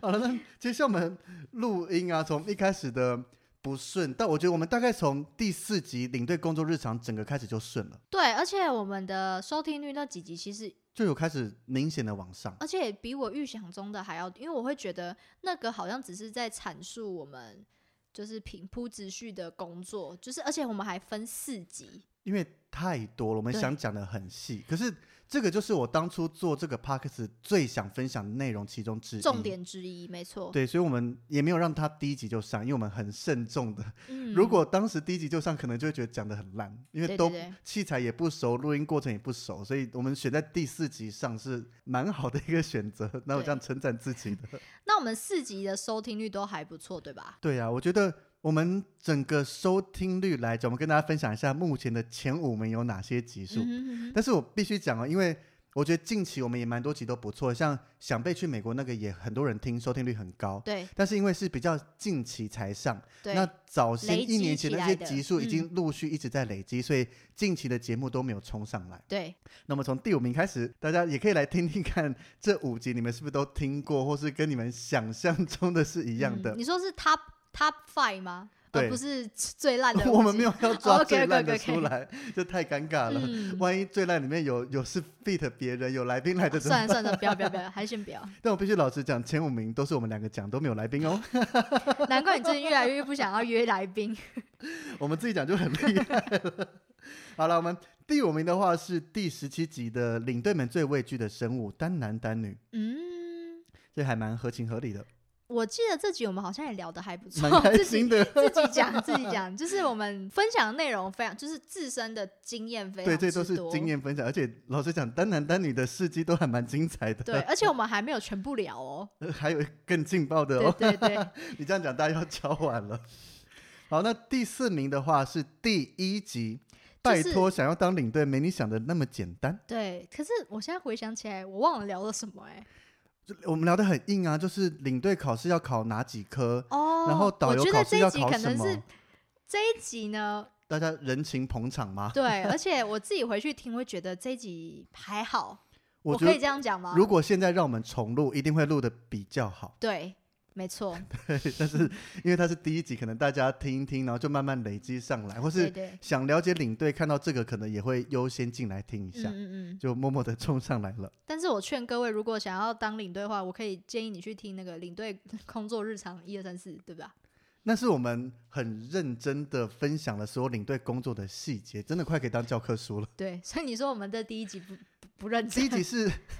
[SPEAKER 2] 好了，那接下来我们录音啊，从一开始的不顺，但我觉得我们大概从第四集领队工作日常整个开始就顺了，
[SPEAKER 1] [LAUGHS] 对，而且我们的收听率那几集其实，
[SPEAKER 2] 就有开始明显的往上。
[SPEAKER 1] 而且比我预想中的还要，因为我会觉得那个好像只是在阐述我们就是平铺直叙的工作，就是而且我们还分四集，
[SPEAKER 2] 因为太多了，我们
[SPEAKER 1] 对
[SPEAKER 2] 想讲的很细，可是这个就是我当初做这个 p o d c a s t 最想分享的内容其中之一。
[SPEAKER 1] 重点之一，没错。
[SPEAKER 2] 对，所以我们也没有让它第一集就上，因为我们很慎重的。[LAUGHS]
[SPEAKER 1] 嗯，
[SPEAKER 2] 如果当时第一集就上，可能就会觉得讲的很烂，因为
[SPEAKER 1] 对
[SPEAKER 2] 都
[SPEAKER 1] 对对
[SPEAKER 2] 器材也不熟，录音过程也不熟，所以我们选在第四集上是蛮好的一个选择。那我这样称赞自己的，
[SPEAKER 1] 那我们四集的收听率都还不错，对吧？
[SPEAKER 2] 对啊，我觉得我们整个收听率来讲，我们跟大家分享一下目前的前五名有哪些集数。
[SPEAKER 1] 嗯哼哼哼
[SPEAKER 2] 但是我必须讲哦，因为我觉得近期我们也蛮多集都不错，像想被去美国那个也很多人听，收听率很高。
[SPEAKER 1] 对
[SPEAKER 2] 但是因为是比较近期才上，
[SPEAKER 1] 对，
[SPEAKER 2] 那早先
[SPEAKER 1] 累
[SPEAKER 2] 一年
[SPEAKER 1] 积
[SPEAKER 2] 前
[SPEAKER 1] 起
[SPEAKER 2] 那
[SPEAKER 1] 来
[SPEAKER 2] 些
[SPEAKER 1] 的
[SPEAKER 2] 集数已
[SPEAKER 1] 嗯
[SPEAKER 2] 经陆续一直在累积，所以近期的节目都没有冲上来。
[SPEAKER 1] 对，
[SPEAKER 2] 那么从第五名开始，大家也可以来听听看这五集你们是不是都听过，或是跟你们想象中的是一样的
[SPEAKER 1] 嗯。你说是 top top five 吗？
[SPEAKER 2] 对
[SPEAKER 1] 而不是最烂的五集。
[SPEAKER 2] [LAUGHS] 我们没有要抓最
[SPEAKER 1] OK，OK，OK，OK
[SPEAKER 2] 烂的出来，这太尴尬了。
[SPEAKER 1] 嗯
[SPEAKER 2] 万一最烂里面有有是 fit 别人，有来宾来的怎么
[SPEAKER 1] 算了算了，不要不要不要，还是先不要。
[SPEAKER 2] 但我必须老实讲，前五名都是我们两个讲，都没有来宾
[SPEAKER 1] [LAUGHS]
[SPEAKER 2] 哦。
[SPEAKER 1] 难怪你最近越来越不想要约来宾。
[SPEAKER 2] 我们自己讲就很厉害了。好了，我们第五名的话是第十七集的领队们最畏惧的生物——单男单女，
[SPEAKER 1] 嗯，
[SPEAKER 2] 这还蛮合情合
[SPEAKER 1] [LAUGHS]
[SPEAKER 2] 理的，
[SPEAKER 1] 我记得这集我们好像也聊得还不错
[SPEAKER 2] 蛮，开
[SPEAKER 1] 自己
[SPEAKER 2] 心的。
[SPEAKER 1] 哦 [LAUGHS] 自己讲自己讲，就是我们分享的内容非常，就是自身的经验非常
[SPEAKER 2] 对，这都
[SPEAKER 1] 之
[SPEAKER 2] 是
[SPEAKER 1] 多
[SPEAKER 2] 经。验分享，而且老实讲，单男单女的事迹都还蛮精彩的。
[SPEAKER 1] 对，而且我们还没有全部聊
[SPEAKER 2] [LAUGHS]
[SPEAKER 1] 哦。
[SPEAKER 2] 呃， [LAUGHS] 还有更劲爆的
[SPEAKER 1] 对
[SPEAKER 2] 哦。
[SPEAKER 1] 对对，
[SPEAKER 2] 你这样讲，大家要敲碗了。好，那第四名的话是第一集，拜
[SPEAKER 1] 就是
[SPEAKER 2] 托，想要当领队没你想的那么简单。
[SPEAKER 1] 对。可是我现在回想起来，我忘了聊了什么哎、
[SPEAKER 2] 就我们聊得很硬啊，就是领队考试要考哪几科，
[SPEAKER 1] 哦，
[SPEAKER 2] 然后导
[SPEAKER 1] 我
[SPEAKER 2] 游
[SPEAKER 1] 觉
[SPEAKER 2] 考
[SPEAKER 1] 得
[SPEAKER 2] 试
[SPEAKER 1] 这
[SPEAKER 2] 要
[SPEAKER 1] 一集
[SPEAKER 2] 考
[SPEAKER 1] 可
[SPEAKER 2] 什
[SPEAKER 1] 能是
[SPEAKER 2] 么，
[SPEAKER 1] 这一集呢，
[SPEAKER 2] 大家人情捧场吗？
[SPEAKER 1] 对，而且我自己回去听会觉得这一集还好，我
[SPEAKER 2] 觉
[SPEAKER 1] 可以这
[SPEAKER 2] 得
[SPEAKER 1] 样讲吗？啊
[SPEAKER 2] 如果现在让我们重录，一定会录的比较好，
[SPEAKER 1] 对，
[SPEAKER 2] [LAUGHS]
[SPEAKER 1] 没错，
[SPEAKER 2] 因为它是第一集，可能大家听一听，然后就慢慢累积上来，或
[SPEAKER 1] 对
[SPEAKER 2] 是
[SPEAKER 1] 对，
[SPEAKER 2] 想了解领队，看到这个可能也会优先进来听一
[SPEAKER 1] 嗯
[SPEAKER 2] 下，
[SPEAKER 1] 嗯嗯。
[SPEAKER 2] 就默默的冲上来了。
[SPEAKER 1] 但是我劝各位，如果想要当领队的话，我可以建议你去听那个领队 [LAUGHS] 工作日常一二三四，对吧？
[SPEAKER 2] 那是我们很认真的分享了所有领队工作的细节，真的快可以当教科
[SPEAKER 1] [LAUGHS]
[SPEAKER 2] 书了。
[SPEAKER 1] 对，所以你说我们的第一集不不不认
[SPEAKER 2] 第
[SPEAKER 1] 真
[SPEAKER 2] 一，集啊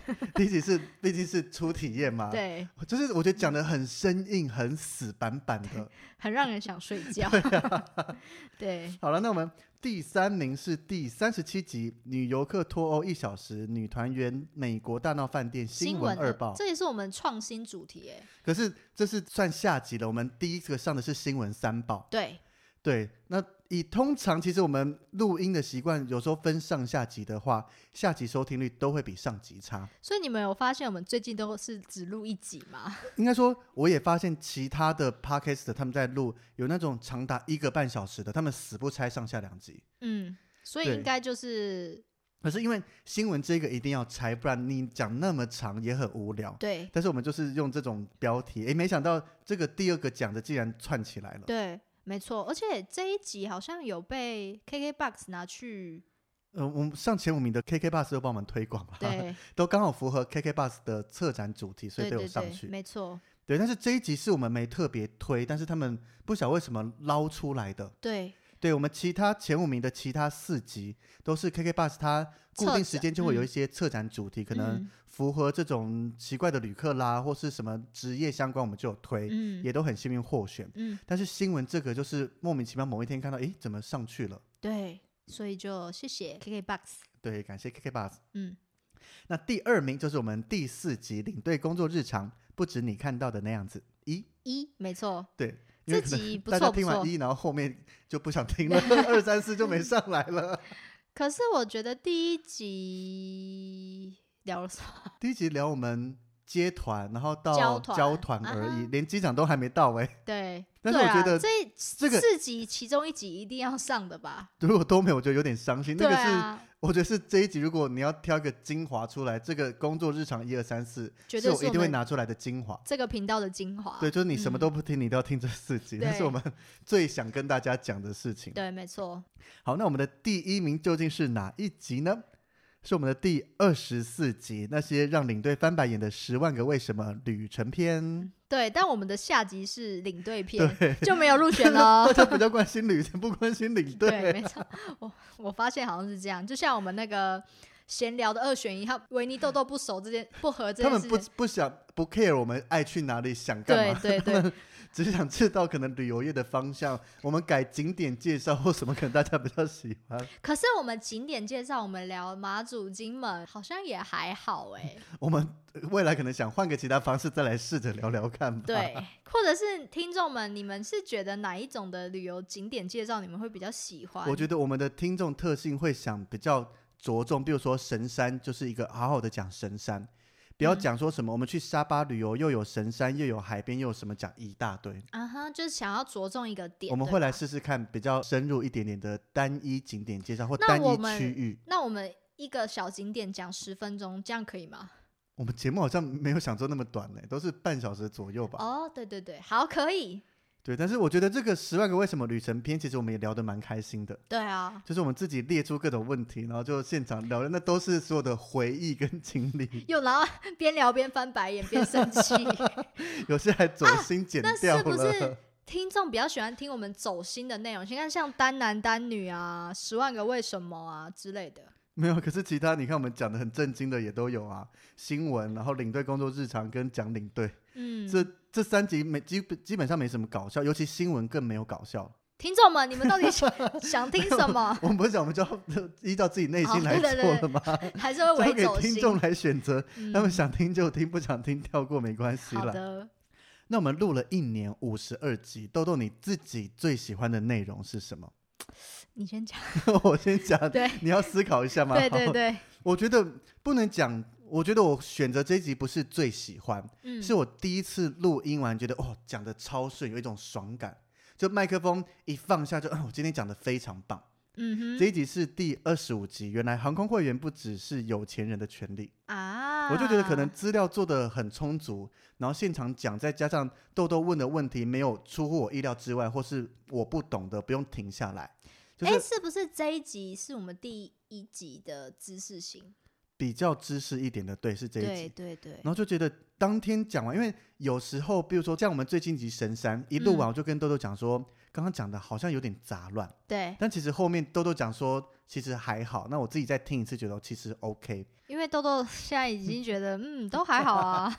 [SPEAKER 2] 是， [LAUGHS] 第一集是，毕竟是初体验嘛，
[SPEAKER 1] 对，
[SPEAKER 2] 就是我觉得讲的很生硬、很死板板的。
[SPEAKER 1] 很让人
[SPEAKER 2] [LAUGHS]
[SPEAKER 1] 想睡觉。
[SPEAKER 2] 啊
[SPEAKER 1] 对，
[SPEAKER 2] 好了，那我们第三名是第三十七集《女游客脱欧一小时》，女团员美国大闹饭店新闻
[SPEAKER 1] 闻
[SPEAKER 2] 二
[SPEAKER 1] 的
[SPEAKER 2] 报。
[SPEAKER 1] 这也是我们创新主题哎，
[SPEAKER 2] 可是这是算下集了，我们第一个上的是新闻三报。
[SPEAKER 1] 对，
[SPEAKER 2] 对，那以通常其实我们录音的习惯，有时候分上下集的话，下集收听率都会比上集差。
[SPEAKER 1] 所以你们有发现我们最近都是只录一集吗？
[SPEAKER 2] 应该说，我也发现其他的 podcast 他们在录有那种长达一个半小时的，他们死不拆上下两集。
[SPEAKER 1] 嗯，所以
[SPEAKER 2] 对
[SPEAKER 1] 应该就是
[SPEAKER 2] 可是因为新闻这个一定要拆，不然你讲那么长也很无聊。
[SPEAKER 1] 对，
[SPEAKER 2] 但是我们就是用这种标题，诶，没想到这个第二个讲的竟然串起来了。
[SPEAKER 1] 对，没错，而且这一集好像有被 KKBOX
[SPEAKER 2] [LAUGHS]
[SPEAKER 1] 拿去，
[SPEAKER 2] 呃，我们上前五名的 KK Bus 又帮我们推广了，
[SPEAKER 1] 对
[SPEAKER 2] [LAUGHS] 都刚好符合 KK Bus 的策展主题，所以
[SPEAKER 1] 对
[SPEAKER 2] 都有
[SPEAKER 1] 对
[SPEAKER 2] 上
[SPEAKER 1] 对，
[SPEAKER 2] 去。
[SPEAKER 1] 没错，
[SPEAKER 2] 对，但是这一集是我们没特别推，但是他们不晓得为什么捞出来的。
[SPEAKER 1] 对
[SPEAKER 2] 对我们其他前五名的其他四集都是 KK Bus 它固
[SPEAKER 1] 策
[SPEAKER 2] 定时
[SPEAKER 1] 展
[SPEAKER 2] 间就会有
[SPEAKER 1] 嗯
[SPEAKER 2] 一些策展主题，可能
[SPEAKER 1] 嗯
[SPEAKER 2] 符合这种奇怪的旅客啦，或是什么职业相关，我们就有推，
[SPEAKER 1] 嗯
[SPEAKER 2] 也都很幸运获选。
[SPEAKER 1] 嗯
[SPEAKER 2] 但是新闻这个就是莫名其妙某一天看到，诶，怎么上去了？
[SPEAKER 1] 对，所以就谢谢 KKBOX，
[SPEAKER 2] 对，感谢 KK Bus。
[SPEAKER 1] 嗯，
[SPEAKER 2] 那第二名就是我们第四集领队工作日常，不止你看到的那样子一。
[SPEAKER 1] 一没错，
[SPEAKER 2] 对，因为
[SPEAKER 1] 这
[SPEAKER 2] 可能
[SPEAKER 1] 集不
[SPEAKER 2] 大家
[SPEAKER 1] 错不
[SPEAKER 2] 听完
[SPEAKER 1] 错， [LAUGHS]
[SPEAKER 2] 一，然后后面就不想听了，二三四就没上来了。
[SPEAKER 1] 可是我觉得第一集聊了什么？ [LAUGHS]
[SPEAKER 2] 第一集聊我们接团，然后到
[SPEAKER 1] 交团
[SPEAKER 2] 交团而已，
[SPEAKER 1] 啊哈
[SPEAKER 2] 连机场都还没到哎、 [LAUGHS]
[SPEAKER 1] 对，
[SPEAKER 2] 但是
[SPEAKER 1] 对
[SPEAKER 2] 我觉
[SPEAKER 1] 啊
[SPEAKER 2] 得
[SPEAKER 1] 这
[SPEAKER 2] 这个
[SPEAKER 1] 四集其中一集一定要上的吧？
[SPEAKER 2] 如果都没有，我觉得有点伤心。那个
[SPEAKER 1] 对
[SPEAKER 2] 是、
[SPEAKER 1] 啊，
[SPEAKER 2] 我觉得是这一集，如果你要挑一个精华出来，这个工作日常一二三四，
[SPEAKER 1] 绝
[SPEAKER 2] 是
[SPEAKER 1] 对
[SPEAKER 2] 我一
[SPEAKER 1] 我
[SPEAKER 2] 定会
[SPEAKER 1] 们
[SPEAKER 2] 拿出来的精华。
[SPEAKER 1] 这个频道的精华。
[SPEAKER 2] 对，就是你什么
[SPEAKER 1] 嗯
[SPEAKER 2] 都不听，你都要听这四集， [LAUGHS] 那是
[SPEAKER 1] 对
[SPEAKER 2] 我们最想跟大家讲的事情。
[SPEAKER 1] 对，没错，
[SPEAKER 2] 好，那我们的第一名究竟是哪一集呢？是我们的第二十四集，那些让领队翻白眼的十万个为什么旅程篇。
[SPEAKER 1] 对。但我们的下集是领队篇，
[SPEAKER 2] 对，
[SPEAKER 1] 就没有入选
[SPEAKER 2] [LAUGHS]
[SPEAKER 1] 了
[SPEAKER 2] 大
[SPEAKER 1] 哦。
[SPEAKER 2] 家比较关心旅程，不关心领队。
[SPEAKER 1] 对，没错。我我发现好像是这样，就像我们那个闲聊的二选一，他维尼豆豆不熟这件不合这
[SPEAKER 2] 他
[SPEAKER 1] 件
[SPEAKER 2] 们
[SPEAKER 1] 事
[SPEAKER 2] 不
[SPEAKER 1] 情。
[SPEAKER 2] 不想不 care 我们爱去哪里，想干
[SPEAKER 1] 对
[SPEAKER 2] 嘛，
[SPEAKER 1] 对
[SPEAKER 2] [LAUGHS]
[SPEAKER 1] 对，
[SPEAKER 2] 只是想知道可能旅游业的方向，我们改景点介绍或什么，可能大家比较喜欢。
[SPEAKER 1] 可是我们景点介绍，我们聊马祖、金门，好像也还好哎、
[SPEAKER 2] [LAUGHS] 我们未来可能想换个其他方式再来试着聊聊看吧。
[SPEAKER 1] 对，或者是听众们，你们是觉得哪一种的旅游景点介绍你们会比较喜欢？
[SPEAKER 2] 我觉得我们的听众特性会想比较着重，比如说神山就是一个好好的讲神山，不要
[SPEAKER 1] 嗯
[SPEAKER 2] 讲说什么、我们去沙巴旅游又有神山又有海边又有什么讲一大堆。
[SPEAKER 1] 啊哈，就是想要着重一个点。
[SPEAKER 2] 我们
[SPEAKER 1] 对
[SPEAKER 2] 会来
[SPEAKER 1] 吧
[SPEAKER 2] 试试看比较深入一点点的单一景点介绍或
[SPEAKER 1] 那
[SPEAKER 2] 单
[SPEAKER 1] 我
[SPEAKER 2] 一
[SPEAKER 1] 们
[SPEAKER 2] 区域。
[SPEAKER 1] 那我们一个小景点讲十分钟，这样可以吗？
[SPEAKER 2] 我们节目好像没有想做那么短呢、都是半小时左右吧。
[SPEAKER 1] 哦，对对对，好，可以。
[SPEAKER 2] 对，但是我觉得这个十万个为什么旅程篇，其实我们也聊得蛮开心的。
[SPEAKER 1] 对啊，
[SPEAKER 2] 就是我们自己列出各种问题，然后就现场聊的，那都是所有的回忆跟经历，
[SPEAKER 1] 又然后边聊边翻白眼边生
[SPEAKER 2] [LAUGHS]
[SPEAKER 1] 气，
[SPEAKER 2] 有些还走心剪
[SPEAKER 1] 啊那
[SPEAKER 2] 掉
[SPEAKER 1] 是不
[SPEAKER 2] 了。
[SPEAKER 1] 是听众比较喜欢听我们走心的内容？你看像单男单女啊，十万个为什么啊之类的。
[SPEAKER 2] 没有，可是其他你看我们讲的很震惊的也都有啊，新闻，然后领队工作日常跟讲领队，
[SPEAKER 1] 嗯，
[SPEAKER 2] 这这三集没基本基本上没什么搞笑，尤其新闻更没有搞笑。
[SPEAKER 1] 听众们，你们到底想想听什么？
[SPEAKER 2] [LAUGHS] 我们不是讲我们就要依照自己内心
[SPEAKER 1] 哦
[SPEAKER 2] 来
[SPEAKER 1] 对对
[SPEAKER 2] 做
[SPEAKER 1] 对
[SPEAKER 2] 了吗？
[SPEAKER 1] 还是会
[SPEAKER 2] 交
[SPEAKER 1] 围
[SPEAKER 2] 给
[SPEAKER 1] 走
[SPEAKER 2] 听
[SPEAKER 1] 心？
[SPEAKER 2] 众来选择，他们
[SPEAKER 1] 嗯
[SPEAKER 2] 想听就听，不想听跳过没关系
[SPEAKER 1] 好
[SPEAKER 2] 啦。
[SPEAKER 1] 的，
[SPEAKER 2] 那我们录了一年五十二集，豆豆你自己最喜欢的内容是什
[SPEAKER 1] [LAUGHS]
[SPEAKER 2] 么？
[SPEAKER 1] 你先讲。
[SPEAKER 2] 我先讲，
[SPEAKER 1] 对
[SPEAKER 2] 你要思考一下吗？
[SPEAKER 1] 对对
[SPEAKER 2] [LAUGHS] 好
[SPEAKER 1] 对，
[SPEAKER 2] 我觉得不能讲，我觉得我选择这一集不是最喜欢，
[SPEAKER 1] 嗯，
[SPEAKER 2] 是我第一次录音完觉得哦讲的超顺，有一种爽感。就麦克风一放下就，嗯，我今天讲的非常棒。
[SPEAKER 1] 嗯
[SPEAKER 2] 这
[SPEAKER 1] 哼
[SPEAKER 2] 一集是第二十五集，原来航空会员不只是有钱人的权利。
[SPEAKER 1] 啊，
[SPEAKER 2] 我就觉得可能资料做的很充足，然后现场讲，再加上豆豆问的问题没有出乎我意料之外，或是我不懂的，不用停下来，就
[SPEAKER 1] 哎、
[SPEAKER 2] 是
[SPEAKER 1] 是不是这一集是我们第一集的知识型？
[SPEAKER 2] 比较知识一点的，对，是这一集。
[SPEAKER 1] 对对对
[SPEAKER 2] 然，后就觉得当天讲完，因为有时候，比如说像我们最近集神山一
[SPEAKER 1] 嗯
[SPEAKER 2] 录完，我就跟豆豆讲说，刚刚讲的好像有点杂乱，
[SPEAKER 1] 对，
[SPEAKER 2] 但其实后面豆豆讲说其实还好，那我自己再听一次，觉得其实 OK。
[SPEAKER 1] 因为豆豆现在已经觉得，嗯，都还好
[SPEAKER 2] [LAUGHS]
[SPEAKER 1] 啊。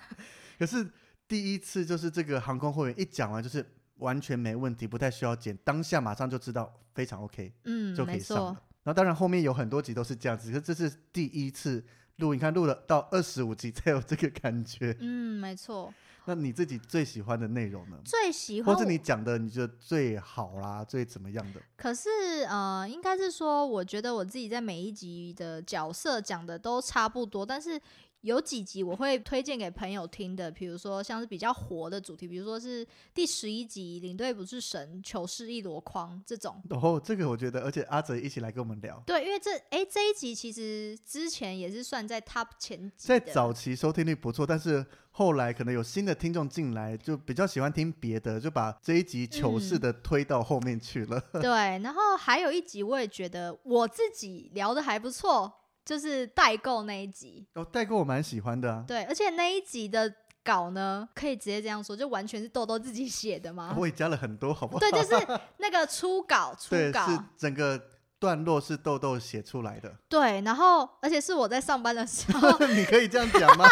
[SPEAKER 2] 可是第一次就是这个航空会员一讲完就是完全没问题，不太需要剪，当下马上就知道非常 OK，
[SPEAKER 1] 嗯
[SPEAKER 2] 就，可
[SPEAKER 1] 没
[SPEAKER 2] 以上了。
[SPEAKER 1] 错，
[SPEAKER 2] 然后当然后面有很多集都是这样子，可是这是第一次录，你看录了到二十五集才有这个感觉。 [LAUGHS]
[SPEAKER 1] 嗯，没错。
[SPEAKER 2] 那你自己最喜欢的内容呢？
[SPEAKER 1] 最喜
[SPEAKER 2] 或
[SPEAKER 1] 欢
[SPEAKER 2] 是
[SPEAKER 1] 我
[SPEAKER 2] 你讲的你觉得最好啦，最怎么样的？
[SPEAKER 1] 可是呃，应该是说，我觉得我自己在每一集的角色讲的都差不多，但是有几集我会推荐给朋友听的，比如说像是比较活的主题，比如说是第十一集“领队不是神，糗事一箩筐”这种。
[SPEAKER 2] 然后哦这个我觉得，而且阿哲一起来跟我们聊，
[SPEAKER 1] 对，因为这哎这一集其实之前也是算在 top 前几
[SPEAKER 2] 在
[SPEAKER 1] 的，
[SPEAKER 2] 早期收听率不错，但是后来可能有新的听众进来，就比较喜欢听别的，就把这一集糗事的推到后面去了。
[SPEAKER 1] 对，然后还有一集我也觉得我自己聊的还不错，就是代购那一集。
[SPEAKER 2] 哦，代购我蛮喜欢的啊，
[SPEAKER 1] 对，而且那一集的稿呢，可以直接这样说，就完全是豆豆自己写的嘛。
[SPEAKER 2] 哦我也加了很多，好不好？
[SPEAKER 1] [LAUGHS] 对，就是那个初稿，初
[SPEAKER 2] 对，
[SPEAKER 1] 稿
[SPEAKER 2] 是整个段落是豆豆写出来的，，
[SPEAKER 1] 对，然后而且是我在上班的时候 [LAUGHS]
[SPEAKER 2] 你可以这样讲吗？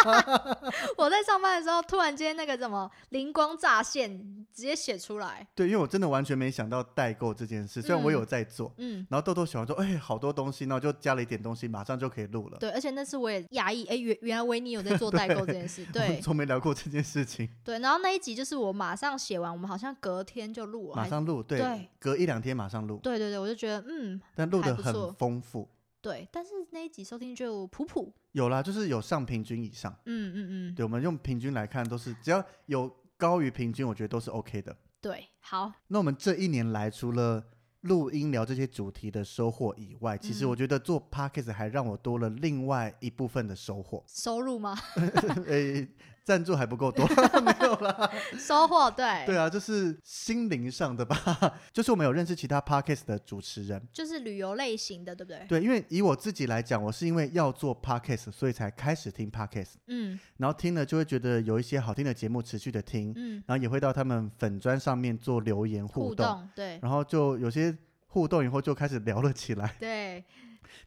[SPEAKER 1] 我在上班的时候，突然间那个什么灵光乍现，直接写出来。
[SPEAKER 2] 对，因为我真的完全没想到代购这件事，虽然我
[SPEAKER 1] 嗯
[SPEAKER 2] 有在做。
[SPEAKER 1] 嗯，
[SPEAKER 2] 然后豆豆喜欢说，哎、好多东西，那我就加了一点东西，马上就可以录了。
[SPEAKER 1] 对，而且那次我也讶异，哎，原原来维尼有在做代购这
[SPEAKER 2] [LAUGHS]
[SPEAKER 1] 件事，
[SPEAKER 2] 我们
[SPEAKER 1] 对
[SPEAKER 2] 从没聊过这件事情，
[SPEAKER 1] 对。然后那一集就是我马上写完，我们好像隔天就录了，
[SPEAKER 2] 马
[SPEAKER 1] 还
[SPEAKER 2] 上录，对，
[SPEAKER 1] 对
[SPEAKER 2] 隔一两天马上录，
[SPEAKER 1] 对对对，我就觉得嗯，
[SPEAKER 2] 但录
[SPEAKER 1] 还
[SPEAKER 2] 的
[SPEAKER 1] 不
[SPEAKER 2] 很
[SPEAKER 1] 错
[SPEAKER 2] 丰富，
[SPEAKER 1] 对，但是那一集收听就普普，
[SPEAKER 2] 有啦，就是有上平均以上。
[SPEAKER 1] 嗯嗯嗯，
[SPEAKER 2] 对，我们用平均来看，都是只要有高于平均，我觉得都是 OK 的。
[SPEAKER 1] 对，好，
[SPEAKER 2] 那我们这一年来，除了录音聊这些主题的收获以外，其实
[SPEAKER 1] 嗯。
[SPEAKER 2] 我觉得做 podcast 还让我多了另外一部分的收获 [LAUGHS]
[SPEAKER 1] 收入吗？
[SPEAKER 2] 诶、赞助还不够多， [LAUGHS]
[SPEAKER 1] 收获， [LAUGHS] 对，
[SPEAKER 2] 对啊，就是心灵上的吧。 [LAUGHS] 就是我们有认识其他 podcast 的主持人，
[SPEAKER 1] 就是旅游类型的，对不对？
[SPEAKER 2] 对，因为以我自己来讲，我是因为要做 podcast，所以才开始听 podcast，
[SPEAKER 1] 嗯
[SPEAKER 2] 然后听了就会觉得有一些好听的节目持续的听，
[SPEAKER 1] 嗯，
[SPEAKER 2] 然后也会到他们粉砖上面做留言
[SPEAKER 1] 互
[SPEAKER 2] 互动，
[SPEAKER 1] 对
[SPEAKER 2] 然后就有些互动以后就开始聊了起
[SPEAKER 1] [LAUGHS]
[SPEAKER 2] 来，
[SPEAKER 1] 对，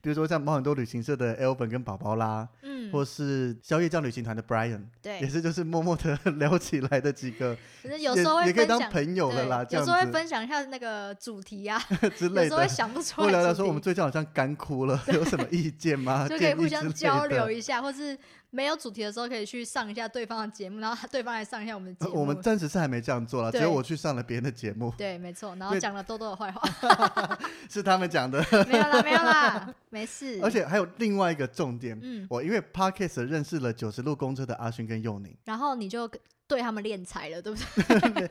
[SPEAKER 2] 比如说像猫很多旅行社的 Elvin 跟宝宝啦，
[SPEAKER 1] 嗯，
[SPEAKER 2] 或是宵夜酱旅行团的 Brian，也
[SPEAKER 1] 对，
[SPEAKER 2] 是就是默默的 [LAUGHS] 聊起来的几个，
[SPEAKER 1] 可是有时候
[SPEAKER 2] 也
[SPEAKER 1] 会
[SPEAKER 2] 也可以
[SPEAKER 1] 分
[SPEAKER 2] 当
[SPEAKER 1] 享。
[SPEAKER 2] 朋友了
[SPEAKER 1] 对
[SPEAKER 2] 啦，这
[SPEAKER 1] 有
[SPEAKER 2] 样
[SPEAKER 1] 时候会
[SPEAKER 2] 子
[SPEAKER 1] 分享一下那个主
[SPEAKER 2] [LAUGHS]
[SPEAKER 1] 题啊，
[SPEAKER 2] 之
[SPEAKER 1] 有
[SPEAKER 2] 类
[SPEAKER 1] 时候会
[SPEAKER 2] 的。
[SPEAKER 1] 想不出
[SPEAKER 2] 或
[SPEAKER 1] 来主
[SPEAKER 2] 聊
[SPEAKER 1] 题，
[SPEAKER 2] 聊说我们最近好像干枯
[SPEAKER 1] [LAUGHS]
[SPEAKER 2] 了，有什么意见吗？
[SPEAKER 1] 就可以
[SPEAKER 2] 建议
[SPEAKER 1] 互
[SPEAKER 2] 之
[SPEAKER 1] 相
[SPEAKER 2] 类
[SPEAKER 1] 交
[SPEAKER 2] 的
[SPEAKER 1] 流一下，或是没有主题的时候可以去上一下对方的节目，然后对方来上一下我们的
[SPEAKER 2] 呃
[SPEAKER 1] 节目。
[SPEAKER 2] 我们暂时是还没这样做了，只
[SPEAKER 1] 对
[SPEAKER 2] 有我去上了别人的节目，
[SPEAKER 1] 对，没错，然后
[SPEAKER 2] 对
[SPEAKER 1] 讲了豆豆
[SPEAKER 2] [LAUGHS]
[SPEAKER 1] 的坏话，
[SPEAKER 2] 是他们讲的。
[SPEAKER 1] 没有啦，没有啦，没事。
[SPEAKER 2] 而，且还有另外一个重点，
[SPEAKER 1] 嗯，
[SPEAKER 2] 我因为 Podcast 认识了九十路公车的阿勋跟佑宁，
[SPEAKER 1] 然后你就对他们敛财了，对不对？ [LAUGHS]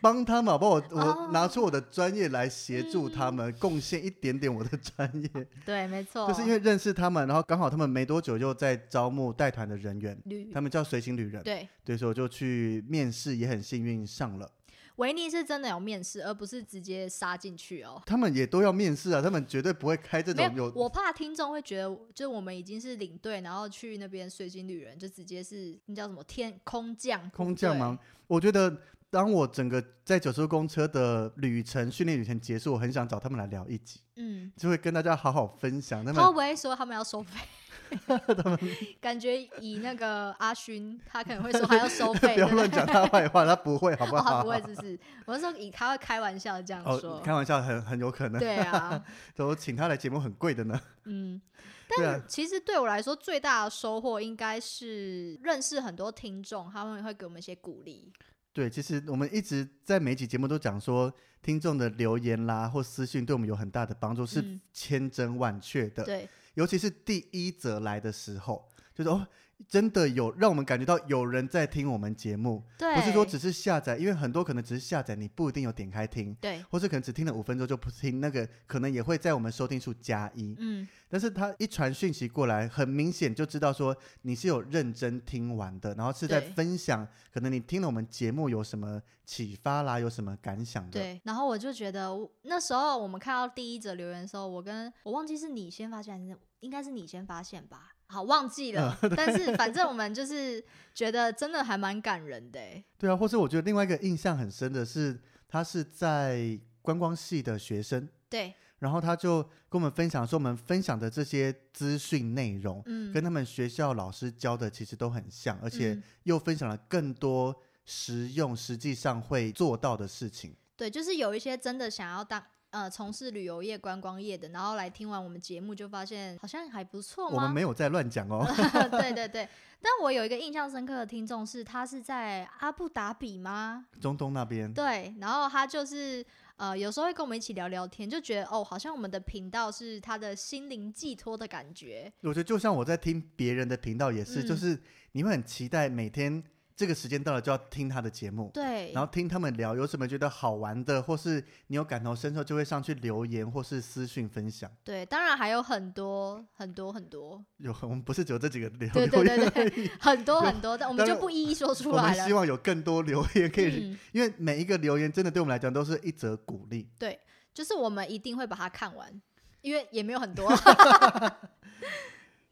[SPEAKER 2] 帮他们好不好？我我
[SPEAKER 1] 哦
[SPEAKER 2] 拿出我的专业来协助他
[SPEAKER 1] 嗯哦
[SPEAKER 2] 们，贡献一点点我的专业，
[SPEAKER 1] 对，没错，
[SPEAKER 2] [LAUGHS] 就是因为认识他们，然后刚好他们没多久又在招募带团的人员，
[SPEAKER 1] 旅
[SPEAKER 2] 他们叫随行旅人，
[SPEAKER 1] 对
[SPEAKER 2] 对，所以我就去面试，也很幸运上了。
[SPEAKER 1] 维尼是真的有面试，而不是直接杀进去哦。
[SPEAKER 2] 他们也都要面试啊，他们绝对不会开这
[SPEAKER 1] 没
[SPEAKER 2] 种
[SPEAKER 1] 有，
[SPEAKER 2] 有
[SPEAKER 1] 我怕听众会觉得，就是我们已经是领队，然后去那边随行旅人，就直接是那叫什么天空降
[SPEAKER 2] 空降吗？？我觉得当我整个在九州公车的旅程训练旅程结束，我很想找他们来聊一集，
[SPEAKER 1] 对嗯，
[SPEAKER 2] [LAUGHS] 就会跟大家好好分享他
[SPEAKER 1] 他会
[SPEAKER 2] 们
[SPEAKER 1] 不会说他们要
[SPEAKER 2] [LAUGHS]
[SPEAKER 1] 收费？ [LAUGHS] 感觉以那个阿勋，他可能会说他要收费，
[SPEAKER 2] 不要
[SPEAKER 1] 对不对
[SPEAKER 2] 乱讲他坏话，他不会好不
[SPEAKER 1] 哦，他
[SPEAKER 2] 好？
[SPEAKER 1] 不会，只是我是说以他会开玩笑这样
[SPEAKER 2] 哦
[SPEAKER 1] 说，。
[SPEAKER 2] 开玩笑，很很有可能。
[SPEAKER 1] 对
[SPEAKER 2] [LAUGHS]
[SPEAKER 1] 啊，
[SPEAKER 2] 都请他来节目很贵的呢。 [LAUGHS]
[SPEAKER 1] 嗯，
[SPEAKER 2] 对
[SPEAKER 1] 但
[SPEAKER 2] 啊
[SPEAKER 1] 其实对我来说最大的收获应该是认识很多听众，他们会给我们一些鼓励。
[SPEAKER 2] 对，其实我们一直在每一集节目都讲说，听众的留言啦或私讯对我们有很大的帮助，是
[SPEAKER 1] 嗯
[SPEAKER 2] 千真万确的。
[SPEAKER 1] 对，
[SPEAKER 2] 尤其是第一则来的时候，就是哦，真的有让我们感觉到有人在听我们节目，
[SPEAKER 1] 对，
[SPEAKER 2] 不是说只是下载，因为很多可能只是下载，你不一定有点开听，
[SPEAKER 1] 对，
[SPEAKER 2] 或是可能只听了五分钟就不听，那个可能也会在我们收听数加一。
[SPEAKER 1] 嗯，
[SPEAKER 2] 但是他一传讯息过来，很明显就知道说你是有认真听完的，然后是在
[SPEAKER 1] 对
[SPEAKER 2] 分享，可能你听了我们节目有什么启发啦，有什么感想的。
[SPEAKER 1] 对。然后我就觉得我那时候我们看到第一则留言的时候，我跟我忘记是你先发现还是应该是你先发现吧，好忘记了。
[SPEAKER 2] 嗯
[SPEAKER 1] 但是反正我们就是觉得真的还蛮感人的、欸。
[SPEAKER 2] 对啊，或是我觉得另外一个印象很深的是，他是在观光系的学生，
[SPEAKER 1] 对，
[SPEAKER 2] 然后他就跟我们分享说，我们分享的这些资讯内容，
[SPEAKER 1] 嗯，
[SPEAKER 2] 跟他们学校老师教的其实都很像，而且
[SPEAKER 1] 嗯
[SPEAKER 2] 又分享了更多实用、实际上会做到的事情。
[SPEAKER 1] 对，就是有一些真的想要当。呃，从事旅游业、观光业的，然后来听完我们节目，就发现好像还不错
[SPEAKER 2] 我们
[SPEAKER 1] 吗？
[SPEAKER 2] 没有在乱讲哦。
[SPEAKER 1] [LAUGHS] 对对对。但我有一个印象深刻的听众是，他是在阿布达比吗？
[SPEAKER 2] 中东那边，
[SPEAKER 1] 对，然后他就是呃，有时候会跟我们一起聊聊天，就觉得哦，好像我们的频道是他的心灵寄托的感觉。
[SPEAKER 2] 我觉得就像我在听别人的频道也是，
[SPEAKER 1] 嗯
[SPEAKER 2] 就是你会很期待每天这个时间到了就要听他的节目，
[SPEAKER 1] 对，
[SPEAKER 2] 然后听他们聊有什么觉得好玩的，或是你有感同身受，就会上去留言或是私讯分享。
[SPEAKER 1] 对，当然还有很多很多很多，
[SPEAKER 2] 有，我们不 [LAUGHS] 是只有这几个留
[SPEAKER 1] 对对
[SPEAKER 2] 留言
[SPEAKER 1] 对
[SPEAKER 2] 而
[SPEAKER 1] 对
[SPEAKER 2] 已，
[SPEAKER 1] [LAUGHS] 很多
[SPEAKER 2] 有
[SPEAKER 1] 很多，但我们
[SPEAKER 2] 当
[SPEAKER 1] 就
[SPEAKER 2] 然
[SPEAKER 1] 不一一说出
[SPEAKER 2] 我
[SPEAKER 1] 来
[SPEAKER 2] 们希
[SPEAKER 1] 了。
[SPEAKER 2] 望有更多留言可以，
[SPEAKER 1] 嗯，
[SPEAKER 2] 因为每一个留言真的对我们来讲都是一则鼓励。
[SPEAKER 1] 对，就是我们一定会把它看完，因为也没有很多。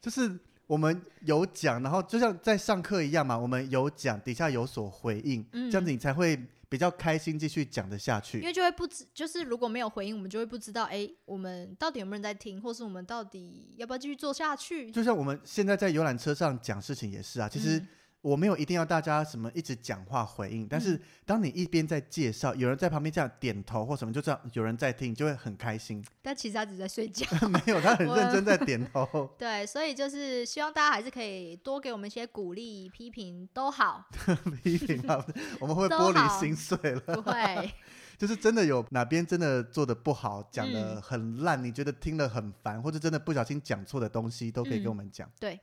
[SPEAKER 2] 就是我们有讲，然后就像在上课一样嘛，我们有讲，底下有所回应，[LAUGHS]
[SPEAKER 1] 嗯
[SPEAKER 2] 这样子你才会比较开心，继续讲得下
[SPEAKER 1] 因
[SPEAKER 2] 去。
[SPEAKER 1] 为就会不知，就是如果没有回应，我们就会不知道，哎、我们到底有没有人在听，或是我们到底要不要继续做下去？ [LAUGHS]
[SPEAKER 2] 就像我们现在在游览车上讲事情也是啊，其实
[SPEAKER 1] 嗯
[SPEAKER 2] 我没有一定要大家什么一直讲话回应，但
[SPEAKER 1] 嗯
[SPEAKER 2] 是当你一边在介绍，有人在旁边这样点头或什么，就这样有人在听，你就会很开心。 [LAUGHS]
[SPEAKER 1] 但其实他只是在睡觉。
[SPEAKER 2] 没有，他很
[SPEAKER 1] 我
[SPEAKER 2] 认真在点头。 [LAUGHS]
[SPEAKER 1] 对，所以就是希望大家还是可以多给我们一些鼓励、批评都好，
[SPEAKER 2] [LAUGHS] 批评啊，我们会
[SPEAKER 1] 都
[SPEAKER 2] 玻璃 [LAUGHS]
[SPEAKER 1] 好
[SPEAKER 2] 心碎了。
[SPEAKER 1] 不会。
[SPEAKER 2] 就是真的有哪边真的做的不好，讲的
[SPEAKER 1] 嗯
[SPEAKER 2] 很烂，你觉得听了很烦，或者真的不小心讲错的东西，都可以跟我们讲。
[SPEAKER 1] 嗯对。